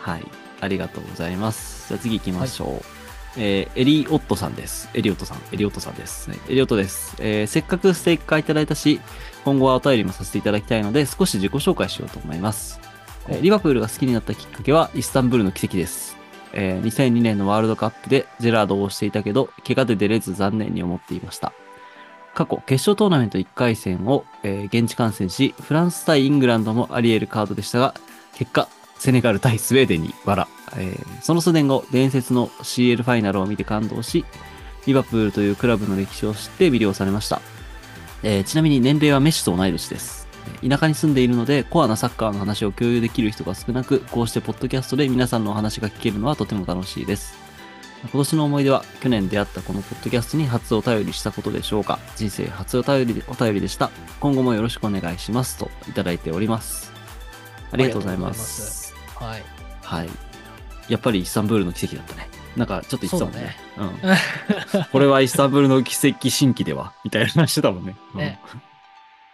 [SPEAKER 2] はい。ありがとうございます。じゃあ次行きましょう。えーエリオットさんです。エリオットさん、エリオットさんです。はいエリオットです。えーせっかくステッカーいただいたし、今後はお便りもさせていただきたいので、少し自己紹介しようと思います。えーリバプールが好きになったきっかけは、イスタンブールの奇跡です。えー2002年のワールドカップでジェラードを推していたけど、怪我で出れず残念に思っていました。過去、決勝トーナメント1回戦を、えー現地観戦し、フランス対イングランドもあり得るカードでしたが、結果、セネガル対スウェーデンに笑。えーその数年後、伝説の CL ファイナルを見て感動し、リバプールというクラブの歴史を知って魅了されました。えーちなみに年齢はメッシと同い年です。えー田舎に住んでいるので、コアなサッカーの話を共有できる人が少なく、こうしてポッドキャストで皆さんのお話が聞けるのはとても楽しいです。今年の思い出は、去年出会ったこのポッドキャストに初お便りしたことでしょうか。人生初お便りでお便りでした。今後もよろしくお願いします。といただいております。ありがとうございます。
[SPEAKER 1] はい。
[SPEAKER 2] はい。やっぱりイスタンブールの奇跡だったね。なんかちょっと言ってたもんね。
[SPEAKER 1] うだね
[SPEAKER 2] うん。これはイスタンブールの奇跡新規ではみたいな話してたもんね。うん
[SPEAKER 1] ね。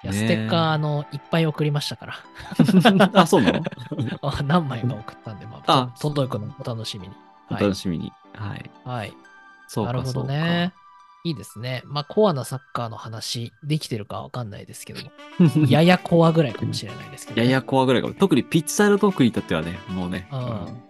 [SPEAKER 1] いや、
[SPEAKER 2] ね
[SPEAKER 1] ステッカー、あの、いっぱい送りました
[SPEAKER 2] *laughs*
[SPEAKER 1] から。
[SPEAKER 2] あ、そう
[SPEAKER 1] *laughs*
[SPEAKER 2] なの
[SPEAKER 1] あ何枚か送ったんで、まあ
[SPEAKER 2] あ、
[SPEAKER 1] 届くのお楽しみに。
[SPEAKER 2] お
[SPEAKER 1] はい
[SPEAKER 2] 楽。しみに。はい。
[SPEAKER 1] はい。
[SPEAKER 2] そうか
[SPEAKER 1] なるほど。
[SPEAKER 2] そうか
[SPEAKER 1] ね。いいですね。まあ、コアなサッカーの話、できてるかわかんないですけども、ややコアぐらいかもしれないですけど、
[SPEAKER 2] や
[SPEAKER 1] ね。
[SPEAKER 2] や怖ぐらいかも。特にピッチサイドトークに至ってはね、もうね、
[SPEAKER 1] うん
[SPEAKER 2] うん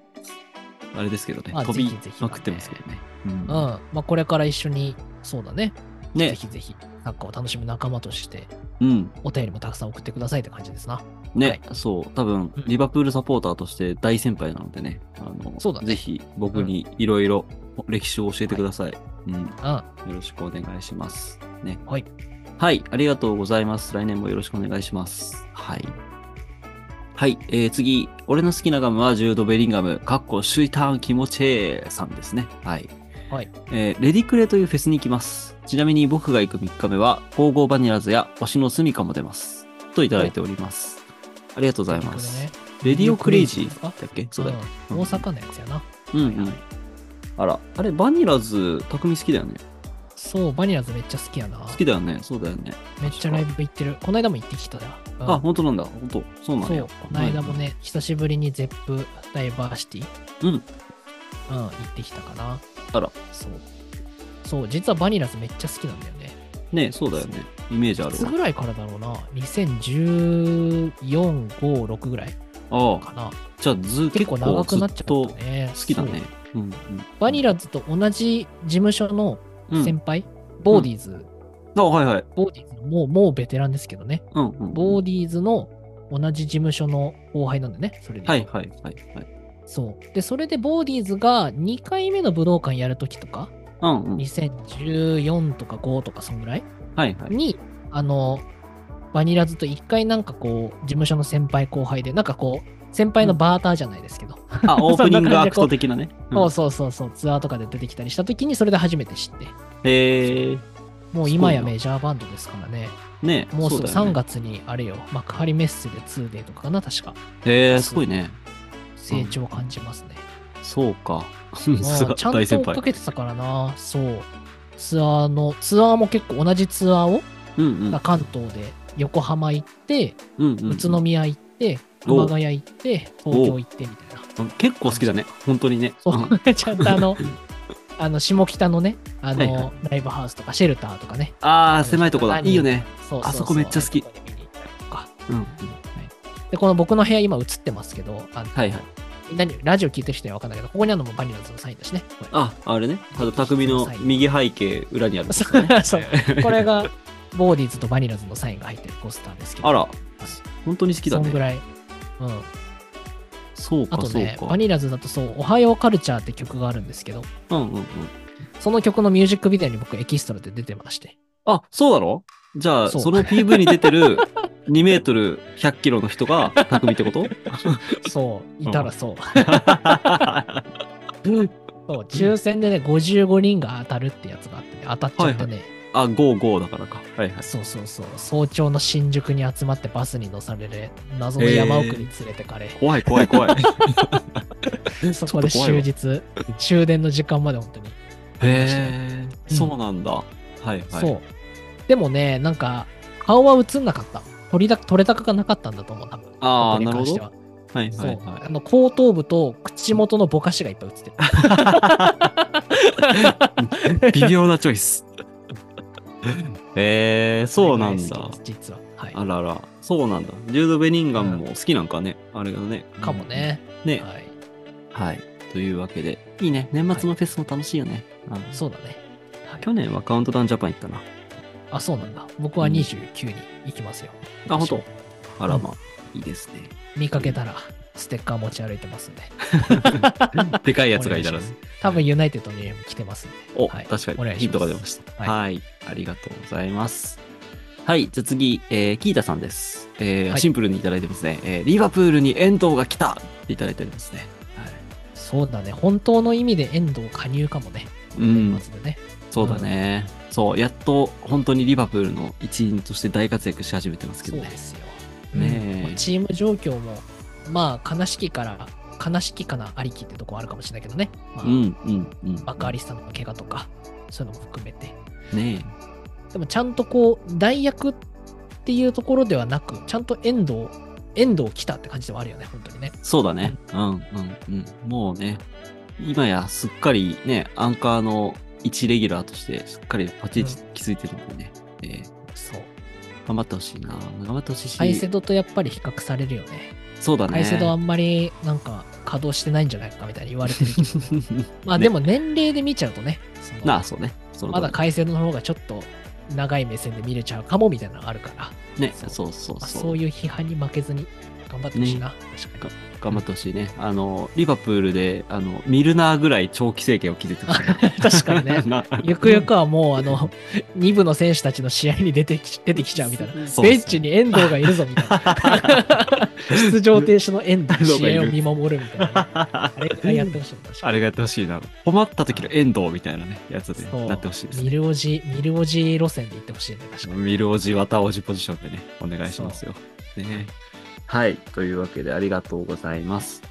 [SPEAKER 2] あれですけどね
[SPEAKER 1] まあ、
[SPEAKER 2] 飛び
[SPEAKER 1] ぜひぜひ
[SPEAKER 2] まくってますけどね。うん
[SPEAKER 1] うん。まあ、これから一緒に、そうだね。ぜ
[SPEAKER 2] ね、
[SPEAKER 1] ひぜひ、サッカーを楽しむ仲間として、
[SPEAKER 2] うん。
[SPEAKER 1] お便りもたくさん送ってくださいって感じですな。
[SPEAKER 2] ね、そう、多分
[SPEAKER 1] うん、
[SPEAKER 2] リバプールサポーターとして大先輩なのでね、あの、
[SPEAKER 1] そうだね
[SPEAKER 2] ぜひ僕にいろいろ歴史を教えてください。うん。よ
[SPEAKER 1] うん。は
[SPEAKER 2] ろしくお願いします。ね。
[SPEAKER 1] はい。
[SPEAKER 2] はい、ありがとうございます。来年もよろしくお願いします。はい。はい、えー、次。俺の好きなガムはジュード・ベリンガム、かっこシュイターン気持ちええさんですね。はい。
[SPEAKER 1] い。
[SPEAKER 2] えーレディクレというフェスに行きます。ちなみに僕が行く3日目は、皇后バニラズや推しの住みかも出ます。といただいております。ありがとうございます。
[SPEAKER 1] ね
[SPEAKER 2] レディオクレイジ
[SPEAKER 1] レディオクレイジーです
[SPEAKER 2] ー
[SPEAKER 1] か
[SPEAKER 2] だっけそうだよ。
[SPEAKER 1] うん大阪のやつやな。
[SPEAKER 2] うんうん。あら、あれ、バニラズ、匠好きだよね。
[SPEAKER 1] そう、バニラズめっちゃ好きやな。
[SPEAKER 2] 好きだよね。そうだよね。
[SPEAKER 1] めっちゃライブ行ってる。この間も行ってきたな。うん
[SPEAKER 2] あ、本当なんだ。本当。そうなん
[SPEAKER 1] そ
[SPEAKER 2] だ
[SPEAKER 1] う
[SPEAKER 2] よ。、
[SPEAKER 1] この間もね、久しぶりにゼップダイバーシティ、
[SPEAKER 2] うん
[SPEAKER 1] うん、行ってきたかな。
[SPEAKER 2] あら、
[SPEAKER 1] そう。そう、実はバニラズめっちゃ好きなんだよね。
[SPEAKER 2] ねそうだよね。イメージあ
[SPEAKER 1] い
[SPEAKER 2] る
[SPEAKER 1] つぐらいからだろうな。2014、5、6ぐらい
[SPEAKER 2] わ。ああ、
[SPEAKER 1] かな。
[SPEAKER 2] じゃあず、
[SPEAKER 1] 結
[SPEAKER 2] 結
[SPEAKER 1] 構
[SPEAKER 2] 構
[SPEAKER 1] 長く
[SPEAKER 2] ず
[SPEAKER 1] な
[SPEAKER 2] っ
[SPEAKER 1] っちゃった
[SPEAKER 2] と好
[SPEAKER 1] ね。
[SPEAKER 2] きだね
[SPEAKER 1] そう。
[SPEAKER 2] うんうん
[SPEAKER 1] バニラズと同じ事務所の
[SPEAKER 2] うん
[SPEAKER 1] 先輩、ボーディーズ、
[SPEAKER 2] あ、はいはい。
[SPEAKER 1] ボーディーズのもう、もうベテランですけどね。
[SPEAKER 2] うんうん。
[SPEAKER 1] ボーディーズの同じ事務所の後輩なんだね、それで。
[SPEAKER 2] はいはいはいはい。
[SPEAKER 1] そう。で、それでボーディーズが2回目の武道館やるときとか、
[SPEAKER 2] うんうん。
[SPEAKER 1] 2014とか5とかそんぐらい
[SPEAKER 2] はいはい。
[SPEAKER 1] に、あの、バニラズと一回なんかこう、事務所の先輩後輩で、なんかこう、先輩のバーターじゃないですけど、
[SPEAKER 2] あ、オープニン
[SPEAKER 1] *laughs* そんな感じ
[SPEAKER 2] グ
[SPEAKER 1] で
[SPEAKER 2] アクト的なね。うん
[SPEAKER 1] そうそうそうそう、ツアーとかで出てきたりしたときに、それで初めて知って、
[SPEAKER 2] へえ。
[SPEAKER 1] もう今や
[SPEAKER 2] そうなんだ
[SPEAKER 1] メジャーバンドですからね、
[SPEAKER 2] ね
[SPEAKER 1] もうすぐ
[SPEAKER 2] だよね
[SPEAKER 1] 3月にあれよ、幕張メッセで 2day とかかな、確か、
[SPEAKER 2] へえ、すごいね。
[SPEAKER 1] 成長を感じますね。
[SPEAKER 2] そうか。 *laughs*
[SPEAKER 1] ああちゃんと
[SPEAKER 2] 大
[SPEAKER 1] 追
[SPEAKER 2] 先
[SPEAKER 1] っか
[SPEAKER 2] 輩。
[SPEAKER 1] けてたからな、そう。ツアーの、ツアーも結構同じツアーを、
[SPEAKER 2] うんうん。
[SPEAKER 1] 関東で横浜行って、
[SPEAKER 2] うんうん
[SPEAKER 1] 宇都宮行って、
[SPEAKER 2] お
[SPEAKER 1] 熊谷行って、東京行ってみたいな。
[SPEAKER 2] 結構好きだね。本当にね。
[SPEAKER 1] そう *laughs* うんちゃんとあ
[SPEAKER 2] *laughs*
[SPEAKER 1] の、あの下北のね、あの、
[SPEAKER 2] はいは
[SPEAKER 1] ライブハウスとかシェルターとかね、
[SPEAKER 2] ああ、狭いとこだ。
[SPEAKER 1] 何
[SPEAKER 2] いいよね。
[SPEAKER 1] そうそうそう
[SPEAKER 2] あそこめっちゃ好き
[SPEAKER 1] ああいうとこに見に行ったりとか
[SPEAKER 2] うんうん。
[SPEAKER 1] で、この僕の部屋今映ってますけど、あの
[SPEAKER 2] はいはい。
[SPEAKER 1] みんなにラジオ聞いてる人には分かんないけど、ここにあるのもバニラズのサイン
[SPEAKER 2] *laughs*
[SPEAKER 1] だしね。これ
[SPEAKER 2] あ、あれね。あと、匠の右背景裏にある。
[SPEAKER 1] そう *laughs* これが、ボーディーズとバニラズのサインが入ってるポスターですけど、*laughs*
[SPEAKER 2] あら、本当に好きだ
[SPEAKER 1] そんぐ
[SPEAKER 2] ね。
[SPEAKER 1] らい。うん、
[SPEAKER 2] そう
[SPEAKER 1] あ
[SPEAKER 2] か、
[SPEAKER 1] と
[SPEAKER 2] そう
[SPEAKER 1] ね、
[SPEAKER 2] か
[SPEAKER 1] バ。ニラズだとそう、おはようカルチャーって曲があるんですけど、
[SPEAKER 2] うんうんうん。
[SPEAKER 1] その曲のミュージックビデオに僕エキストラで出てまして。
[SPEAKER 2] あ、そうだろじゃあ、
[SPEAKER 1] そう
[SPEAKER 2] その PV に出てる2メート *laughs* ル100キロの人が匠ってこと
[SPEAKER 1] *laughs*
[SPEAKER 2] *laughs*
[SPEAKER 1] そう、いたらそう。
[SPEAKER 2] うん
[SPEAKER 1] そう抽選でね、55人が当たるってやつがあってね、当たっちゃってね、
[SPEAKER 2] あ、55だからか。はいはい。
[SPEAKER 1] そうそうそう、早朝の新宿に集まってバスに乗される、謎の山奥に連れてかれ、
[SPEAKER 2] 怖い怖
[SPEAKER 1] *laughs*
[SPEAKER 2] い怖い。
[SPEAKER 1] そこで
[SPEAKER 2] ちょっと怖
[SPEAKER 1] 終
[SPEAKER 2] い
[SPEAKER 1] 日、
[SPEAKER 2] *laughs*
[SPEAKER 1] 終電の時間まで本当に。
[SPEAKER 2] へえ、
[SPEAKER 1] うん
[SPEAKER 2] そうなんだ。はいはい。
[SPEAKER 1] そう。でもね、なんか、顔は映んなかった。取りだ取れ高がなかったんだと思う、多分。
[SPEAKER 2] ああ、
[SPEAKER 1] 僕に
[SPEAKER 2] なるほ
[SPEAKER 1] 関し
[SPEAKER 2] ど。
[SPEAKER 1] ては
[SPEAKER 2] は。い
[SPEAKER 1] そ
[SPEAKER 2] は
[SPEAKER 1] う、
[SPEAKER 2] いは
[SPEAKER 1] あの後頭部と口元のぼかしがいっぱい映ってる。
[SPEAKER 2] *laughs* い。微妙なチョイス。へ *laughs* え、そうなん
[SPEAKER 1] これが
[SPEAKER 2] だ
[SPEAKER 1] 好。きです実は。はい。
[SPEAKER 2] あらら、そうなんだ。ジュード・ベリンガムも好きなんかね、あれがね。
[SPEAKER 1] かもね。
[SPEAKER 2] ね。
[SPEAKER 1] はい。
[SPEAKER 2] はい。というわけで、いいね。年末のフェスも楽しいよね。うん
[SPEAKER 1] そうだね。はい
[SPEAKER 2] 去年はカウントダウンジャパン行ったな。
[SPEAKER 1] あ、そうなんだ。僕は
[SPEAKER 2] うん
[SPEAKER 1] 29に行きますよ。
[SPEAKER 2] あ、本当。あら
[SPEAKER 1] うん
[SPEAKER 2] まあ、いいですね。 *laughs*
[SPEAKER 1] 見かけたら、ステッカー持ち歩いてますんで。
[SPEAKER 2] でかい *laughs* や
[SPEAKER 1] や
[SPEAKER 2] つがいたらず。
[SPEAKER 1] 多分ユナイテッドのユニフォーム着てますんで。
[SPEAKER 2] お、
[SPEAKER 1] はい
[SPEAKER 2] 確か
[SPEAKER 1] お願いします
[SPEAKER 2] にヒントが出ました。
[SPEAKER 1] は
[SPEAKER 2] はいい、ありがとうございます。はい、じゃあ次、えー、キータさんです。えー
[SPEAKER 1] はい
[SPEAKER 2] シンプルにいただいてますね。えーリバプールに遠藤が来たっていただいておりますね。はい、
[SPEAKER 1] そうだね。本当の意味で遠藤加入かもね。
[SPEAKER 2] うん
[SPEAKER 1] ま、ずでね。
[SPEAKER 2] そうだね。そう、やっと本当にリバプールの一員として大活躍し始めてますけ
[SPEAKER 1] そ
[SPEAKER 2] ど
[SPEAKER 1] う
[SPEAKER 2] ね
[SPEAKER 1] で。すよ。
[SPEAKER 2] ねえ
[SPEAKER 1] うんチーム状況も、まあ、悲しきから、悲しきかなありきってとこはあるかもしれないけどね。まあ
[SPEAKER 2] うん、うん、うん。
[SPEAKER 1] バカアリスタの怪我とか、そういうのも含めて。
[SPEAKER 2] ね
[SPEAKER 1] でもちゃんとこう、代役っていうところではなく、ちゃんと遠藤、遠藤来たって感じではあるよね、本当にね
[SPEAKER 2] え。そうだね。うん、うん、うん。もうね、今やすっかりね、アンカーの一レギュラーとして、しっかり立ち位置築いてるんでね、えー
[SPEAKER 1] そう。
[SPEAKER 2] 頑張ってほしいな。頑張ってほしいし。
[SPEAKER 1] カイセドとやっぱり比較されるよね。
[SPEAKER 2] そうだね。
[SPEAKER 1] カイセドあんまりなんか稼働してないんじゃないかみたいに言われてるけ
[SPEAKER 2] *laughs*
[SPEAKER 1] ど。まあ
[SPEAKER 2] ね
[SPEAKER 1] でも年齢で見ちゃうとね、その
[SPEAKER 2] *laughs* なあ、そうね。その
[SPEAKER 1] まだカイセドの方がちょっと長い目線で見れちゃうかもみたいなのあるから、ま
[SPEAKER 2] ね、そうそう
[SPEAKER 1] あ
[SPEAKER 2] そう。
[SPEAKER 1] そういう批判に負けずに頑張ってほしいな。確か
[SPEAKER 2] *laughs*
[SPEAKER 1] に。
[SPEAKER 2] 頑張ってほしいね。あの、リバプールで、あの、ミルナーぐらい長期政権を切れてほしいな。
[SPEAKER 1] 確かにね
[SPEAKER 2] *laughs* な。
[SPEAKER 1] *laughs* ゆくゆくはもうあの、2部の選手たちの試合に出てき出てきちゃうみたいな。
[SPEAKER 2] そうそう
[SPEAKER 1] ベンチに遠藤がいるぞみたい
[SPEAKER 2] *laughs*
[SPEAKER 1] な。出場停止の遠藤、
[SPEAKER 2] 遠藤が
[SPEAKER 1] 試
[SPEAKER 2] いる
[SPEAKER 1] 合を見守るみたいなね、あれがやってほしいな。確か
[SPEAKER 2] *laughs* あ
[SPEAKER 1] に
[SPEAKER 2] れがやってほしいな。困った時の遠藤みたいなね、やつで
[SPEAKER 1] そう
[SPEAKER 2] なってほしいです
[SPEAKER 1] ミ
[SPEAKER 2] ね。
[SPEAKER 1] ルオジ、ミルオジ路線で行ってほしいね、確かに。
[SPEAKER 2] ミルおじ、綿おじポジションでね、お願いしますよ。ね。はい。というわけで、ありがとうございます。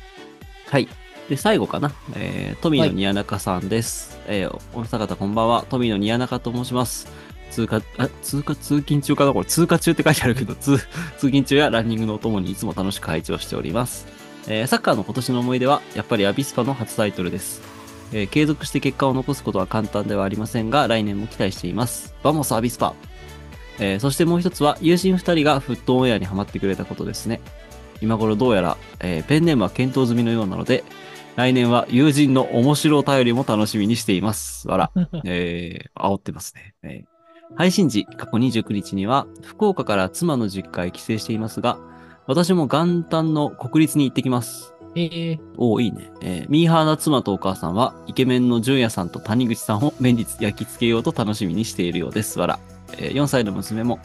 [SPEAKER 2] はい。で、最後かな。えー、富野
[SPEAKER 1] はい
[SPEAKER 2] 宮中さんです。えー、お三方こんばんは。富野宮中と申します。通過、あ、通過、通勤中かなこれ、通過中って書いてあるけど、通、通勤中やランニングのお供にいつも楽しく会長しております。えーサッカーの今年の思い出は、やっぱりアビスパの初タイトルです。えー継続して結果を残すことは簡単ではありませんが、来年も期待しています。バモスアビスパえーそしてもう一つは、友人二人がフットオンエアにハマってくれたことですね。今頃どうやら、えーペンネームは検討済みのようなので、来年は友人の面白お便りも楽しみにしています。わら。えー、煽ってますね。えー配信時、過去29日には、福岡から妻の実家へ帰省していますが、私も元旦の国立に行ってきます。
[SPEAKER 1] えー、
[SPEAKER 2] おお、いいね。えーミーハーな妻とお母さんは、イケメンの純也さんと谷口さんを面日焼き付けようと楽しみにしているようです。わら。え4歳の娘も、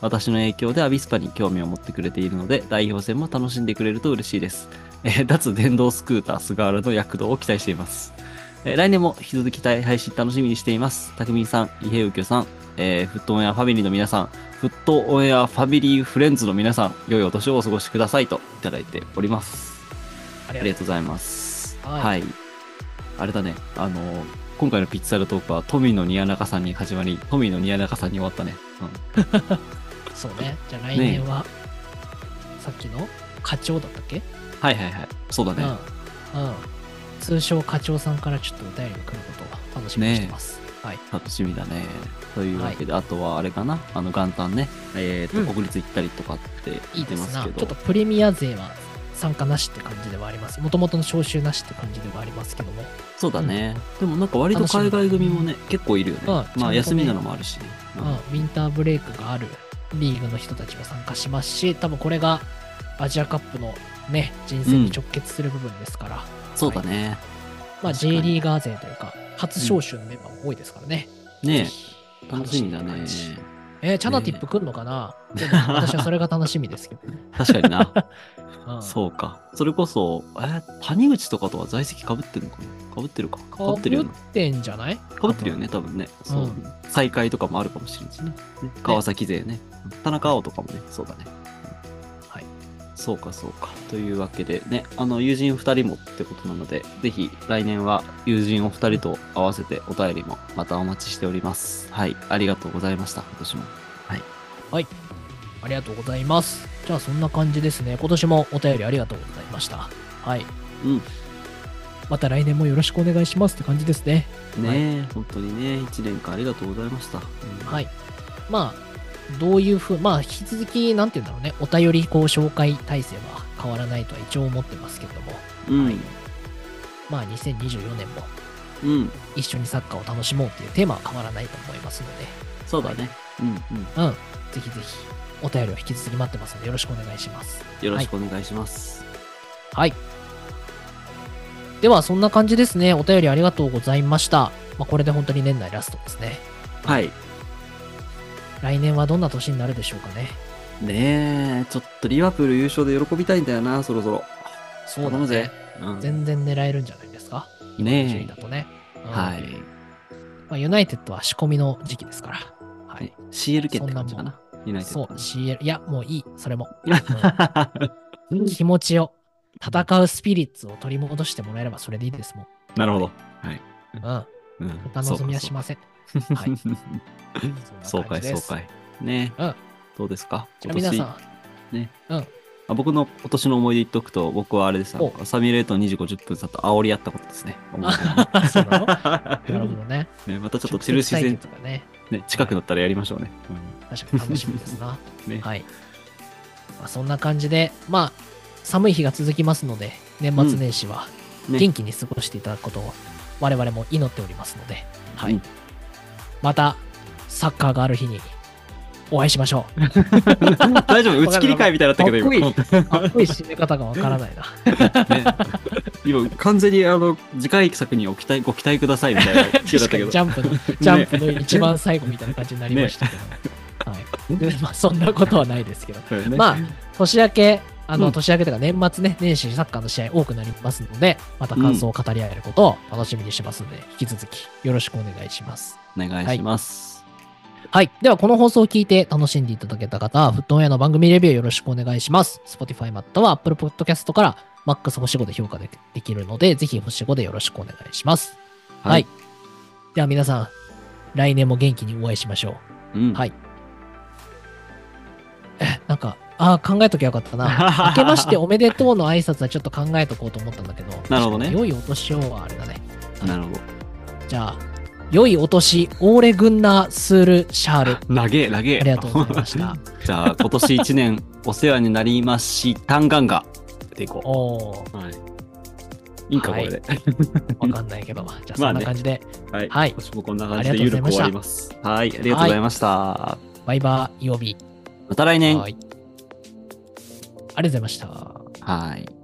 [SPEAKER 2] 私の影響でアビスパに興味を持ってくれているので、代表戦も楽しんでくれると嬉しいです。えー脱電動スクーター菅原の躍動を期待しています。えー来年も引き続き大配信楽しみにしています。たくみんさん、伊平右京さん、えーフットオンエアファミリーの皆さん、フットオンエアファミリーフレンズの皆さん、良いお年をお過ごしくださいといただいております。
[SPEAKER 1] あり
[SPEAKER 2] あ
[SPEAKER 1] が
[SPEAKER 2] り
[SPEAKER 1] と
[SPEAKER 2] がとうございます。は。
[SPEAKER 1] はいい
[SPEAKER 2] あれだね、あのー、今回のピッツァルトークは、富野宮中さんに始まり、富野宮中さんに終わったね。うん
[SPEAKER 1] う。そうね。じゃあ来年は、さっきの課長だったっけ、
[SPEAKER 2] はいはいはい。そうだ
[SPEAKER 1] うん。うん
[SPEAKER 2] ね。。
[SPEAKER 1] 通称課長さんからちょっとお便りが来ることを楽しみにしてます。はい。
[SPEAKER 2] 楽しみだね。というわけで、あとはあれかな、あの、元旦ね、えっ、
[SPEAKER 1] う
[SPEAKER 2] と、
[SPEAKER 1] ん
[SPEAKER 2] 国立行ったりとかって
[SPEAKER 1] い
[SPEAKER 2] 言
[SPEAKER 1] い
[SPEAKER 2] って
[SPEAKER 1] で
[SPEAKER 2] ますす
[SPEAKER 1] な。
[SPEAKER 2] け
[SPEAKER 1] ちょ
[SPEAKER 2] ど、
[SPEAKER 1] っとプレミア勢は参加なしって感じではあります。もともとの招集なしって感じではありますけども。
[SPEAKER 2] そうだね。でもなんか割と海外組もね、結構いるよね。
[SPEAKER 1] うんちゃん
[SPEAKER 2] ま
[SPEAKER 1] と
[SPEAKER 2] あ、
[SPEAKER 1] ね
[SPEAKER 2] 休みなのもあるしね。うん
[SPEAKER 1] うん、ウィンターブレイクがあるリーグの人たちも参加しますし、多分これがアジアカップのね、人生に直結する部分ですから、
[SPEAKER 2] そうだね。
[SPEAKER 1] まあ
[SPEAKER 2] 確かに
[SPEAKER 1] J リーガー勢というか、初招集のメンバーも多いですからね。
[SPEAKER 2] ね
[SPEAKER 1] ぜひ
[SPEAKER 2] 楽しみだね
[SPEAKER 1] 楽。しみえー、チャナティップ来んのかな、でも私はそれが楽しみですけど。
[SPEAKER 2] 確かにな。
[SPEAKER 1] うん、
[SPEAKER 2] そうか。それこそ、え、谷口とかとは在籍かぶってるのかなかぶってるか。かぶってるよ
[SPEAKER 1] 被
[SPEAKER 2] な。
[SPEAKER 1] ってんじゃない
[SPEAKER 2] かぶってるよね、多分ね。そう。
[SPEAKER 1] うん
[SPEAKER 2] 再開とかもあるかもしれないしね。ね川崎勢ね。田中碧とかもね、そうだね。
[SPEAKER 1] はい。
[SPEAKER 2] そうか、そうか。というわけでね、あの、友人2人もってことなので、ぜひ来年は友人お二人と合わせてお便りもまたお待ちしております。はい。ありがとうございました、今年も。
[SPEAKER 1] はい。ありがとうございます。じゃあそんな感じですね。今年もお便りありがとうございました。はい。
[SPEAKER 2] うん。
[SPEAKER 1] また来年もよろしくお願いしますって感じですね。
[SPEAKER 2] ねえ、本当にね、1年間ありがとうございました。うん
[SPEAKER 1] はい。まあ、どういうふう、まあ、引き続き、なんて言うんだろうね、お便りこう紹介体制は変わらないとは一応思ってますけれども、
[SPEAKER 2] うん。
[SPEAKER 1] まあ、2024年も
[SPEAKER 2] うん。
[SPEAKER 1] 一緒にサッカーを楽しもうっていうテーマは変わらないと思いますので、
[SPEAKER 2] そうだね。うんうん。
[SPEAKER 1] うん、ぜひぜひ、お便りを引き続き待ってますので、よろしくお願いします。
[SPEAKER 2] よろしくお願いします。
[SPEAKER 1] はい。では、そんな感じですね。お便りありがとうございました。まあ、これで本当に年内ラストですね。
[SPEAKER 2] はい。
[SPEAKER 1] 来年はどんな年になるでしょうかね。
[SPEAKER 2] ねえ、ちょっとリバプール優勝で喜びたいんだよな、そろそろ。
[SPEAKER 1] そうだ
[SPEAKER 2] 頼むぜ
[SPEAKER 1] ね。。
[SPEAKER 2] うん
[SPEAKER 1] 全然狙えるんじゃないですか。順位
[SPEAKER 2] ね
[SPEAKER 1] だとね。
[SPEAKER 2] え。
[SPEAKER 1] うん
[SPEAKER 2] はい。
[SPEAKER 1] まあ、ユナイテッドは仕込みの時期ですから。は
[SPEAKER 2] はい
[SPEAKER 1] い。、
[SPEAKER 2] CL 圏って感じかな。ユナイテッ
[SPEAKER 1] そう
[SPEAKER 2] ド、。
[SPEAKER 1] CL。いや、もういい。それも。うん気持ちを、戦うスピリッツを取り戻してもらえればそれでいいですもん。
[SPEAKER 2] *laughs* なるほど。
[SPEAKER 1] うん。
[SPEAKER 2] うん
[SPEAKER 1] 他望みはしません。
[SPEAKER 2] そうか
[SPEAKER 1] はい
[SPEAKER 2] そうか
[SPEAKER 1] んな
[SPEAKER 2] そう
[SPEAKER 1] 感
[SPEAKER 2] か
[SPEAKER 1] じ
[SPEAKER 2] い、
[SPEAKER 1] です
[SPEAKER 2] そうかい。ねえ
[SPEAKER 1] うん。
[SPEAKER 2] どうですか
[SPEAKER 1] じゃあ皆さ
[SPEAKER 2] ね
[SPEAKER 1] ん、うん。
[SPEAKER 2] あ僕の今年の思い出言っとくと、僕はあれです。あのサミュレート2時50分さと煽り合ったことで
[SPEAKER 1] *laughs*
[SPEAKER 2] すね。思い出の
[SPEAKER 1] そうなのなるほどね。
[SPEAKER 2] ね、また *laughs* ちょっとチェルシー
[SPEAKER 1] 直接対
[SPEAKER 2] 戦、
[SPEAKER 1] 決がね、
[SPEAKER 2] ね、近くなったらやりましょうね。
[SPEAKER 1] 確かに楽しみですな。
[SPEAKER 2] *laughs* うんね
[SPEAKER 1] はい。まあ、そんな感じで、まあ、寒い日が続きますので、年末年始は
[SPEAKER 2] ね
[SPEAKER 1] 元気に過ごしていただくことを我々も祈っておりますので、はい。
[SPEAKER 2] うん
[SPEAKER 1] また、サッカーがある日にお会いしましょ
[SPEAKER 2] *laughs*
[SPEAKER 1] う。
[SPEAKER 2] 大丈夫打ち切り会みたいになったけど、今。
[SPEAKER 1] かかっこいい締め方がわから
[SPEAKER 2] *laughs*
[SPEAKER 1] ないな。
[SPEAKER 2] ね、今完全にあの次回作にお期待ご期待くださいみたい
[SPEAKER 1] *laughs*
[SPEAKER 2] な気だっ
[SPEAKER 1] 確
[SPEAKER 2] た
[SPEAKER 1] か
[SPEAKER 2] け
[SPEAKER 1] に
[SPEAKER 2] ど
[SPEAKER 1] ジャン
[SPEAKER 2] *laughs*
[SPEAKER 1] プの、ジャンプの一番最後みたいな感じになりましたけど。はい。 *laughs* でまあ、そんなことはないですけど。
[SPEAKER 2] そうよね
[SPEAKER 1] まあ、年明け、あの、
[SPEAKER 2] うん
[SPEAKER 1] 年明けとか年末ね、年始サッカーの試合多くなりますので、また感想を語り合えることを楽しみにしてますので、引き続きよろしくお願いします。
[SPEAKER 2] お願いします、
[SPEAKER 1] はい。では、この放送を聞いて楽しんでいただけた方は、フットウェアの番組レビューよろしくお願いします。Spotify または Apple Podcast から MAX 星5で評価できるので、ぜひ星5でよろしくお願いします。はい。
[SPEAKER 2] はい
[SPEAKER 1] では、皆さん、来年も元気にお会いしましょう。
[SPEAKER 2] うん
[SPEAKER 1] はいなんか、ああ、考えときゃよかったな。明けま
[SPEAKER 2] *laughs*
[SPEAKER 1] しておめでとうの挨拶はちょっと考えとこうと思ったんだけど、
[SPEAKER 2] なるほどね
[SPEAKER 1] 良いお年をはあれだね。
[SPEAKER 2] *laughs* なるほど
[SPEAKER 1] じゃあ、良いお年、オーレグンナースールシャール。
[SPEAKER 2] 投げ投げ
[SPEAKER 1] ありがとうございました
[SPEAKER 2] *laughs* じゃあ今年一年お世話になりましたんがんがでいこ
[SPEAKER 1] おー、
[SPEAKER 2] う、はい、いいかこ
[SPEAKER 1] はい
[SPEAKER 2] れで、
[SPEAKER 1] わかんないけど、じゃあ
[SPEAKER 2] ま
[SPEAKER 1] そ
[SPEAKER 2] あ
[SPEAKER 1] ん
[SPEAKER 2] ね
[SPEAKER 1] な感じで、
[SPEAKER 2] はい
[SPEAKER 1] はい
[SPEAKER 2] 今年もこんな感じ
[SPEAKER 1] あ
[SPEAKER 2] で
[SPEAKER 1] り
[SPEAKER 2] ゆ
[SPEAKER 1] がと
[SPEAKER 2] る
[SPEAKER 1] うご
[SPEAKER 2] く終
[SPEAKER 1] ざ
[SPEAKER 2] わ
[SPEAKER 1] い
[SPEAKER 2] り
[SPEAKER 1] ま
[SPEAKER 2] ますはいありがとうございました、
[SPEAKER 1] バイバー、曜日。
[SPEAKER 2] また来年
[SPEAKER 1] はいありがとうございました。
[SPEAKER 2] はい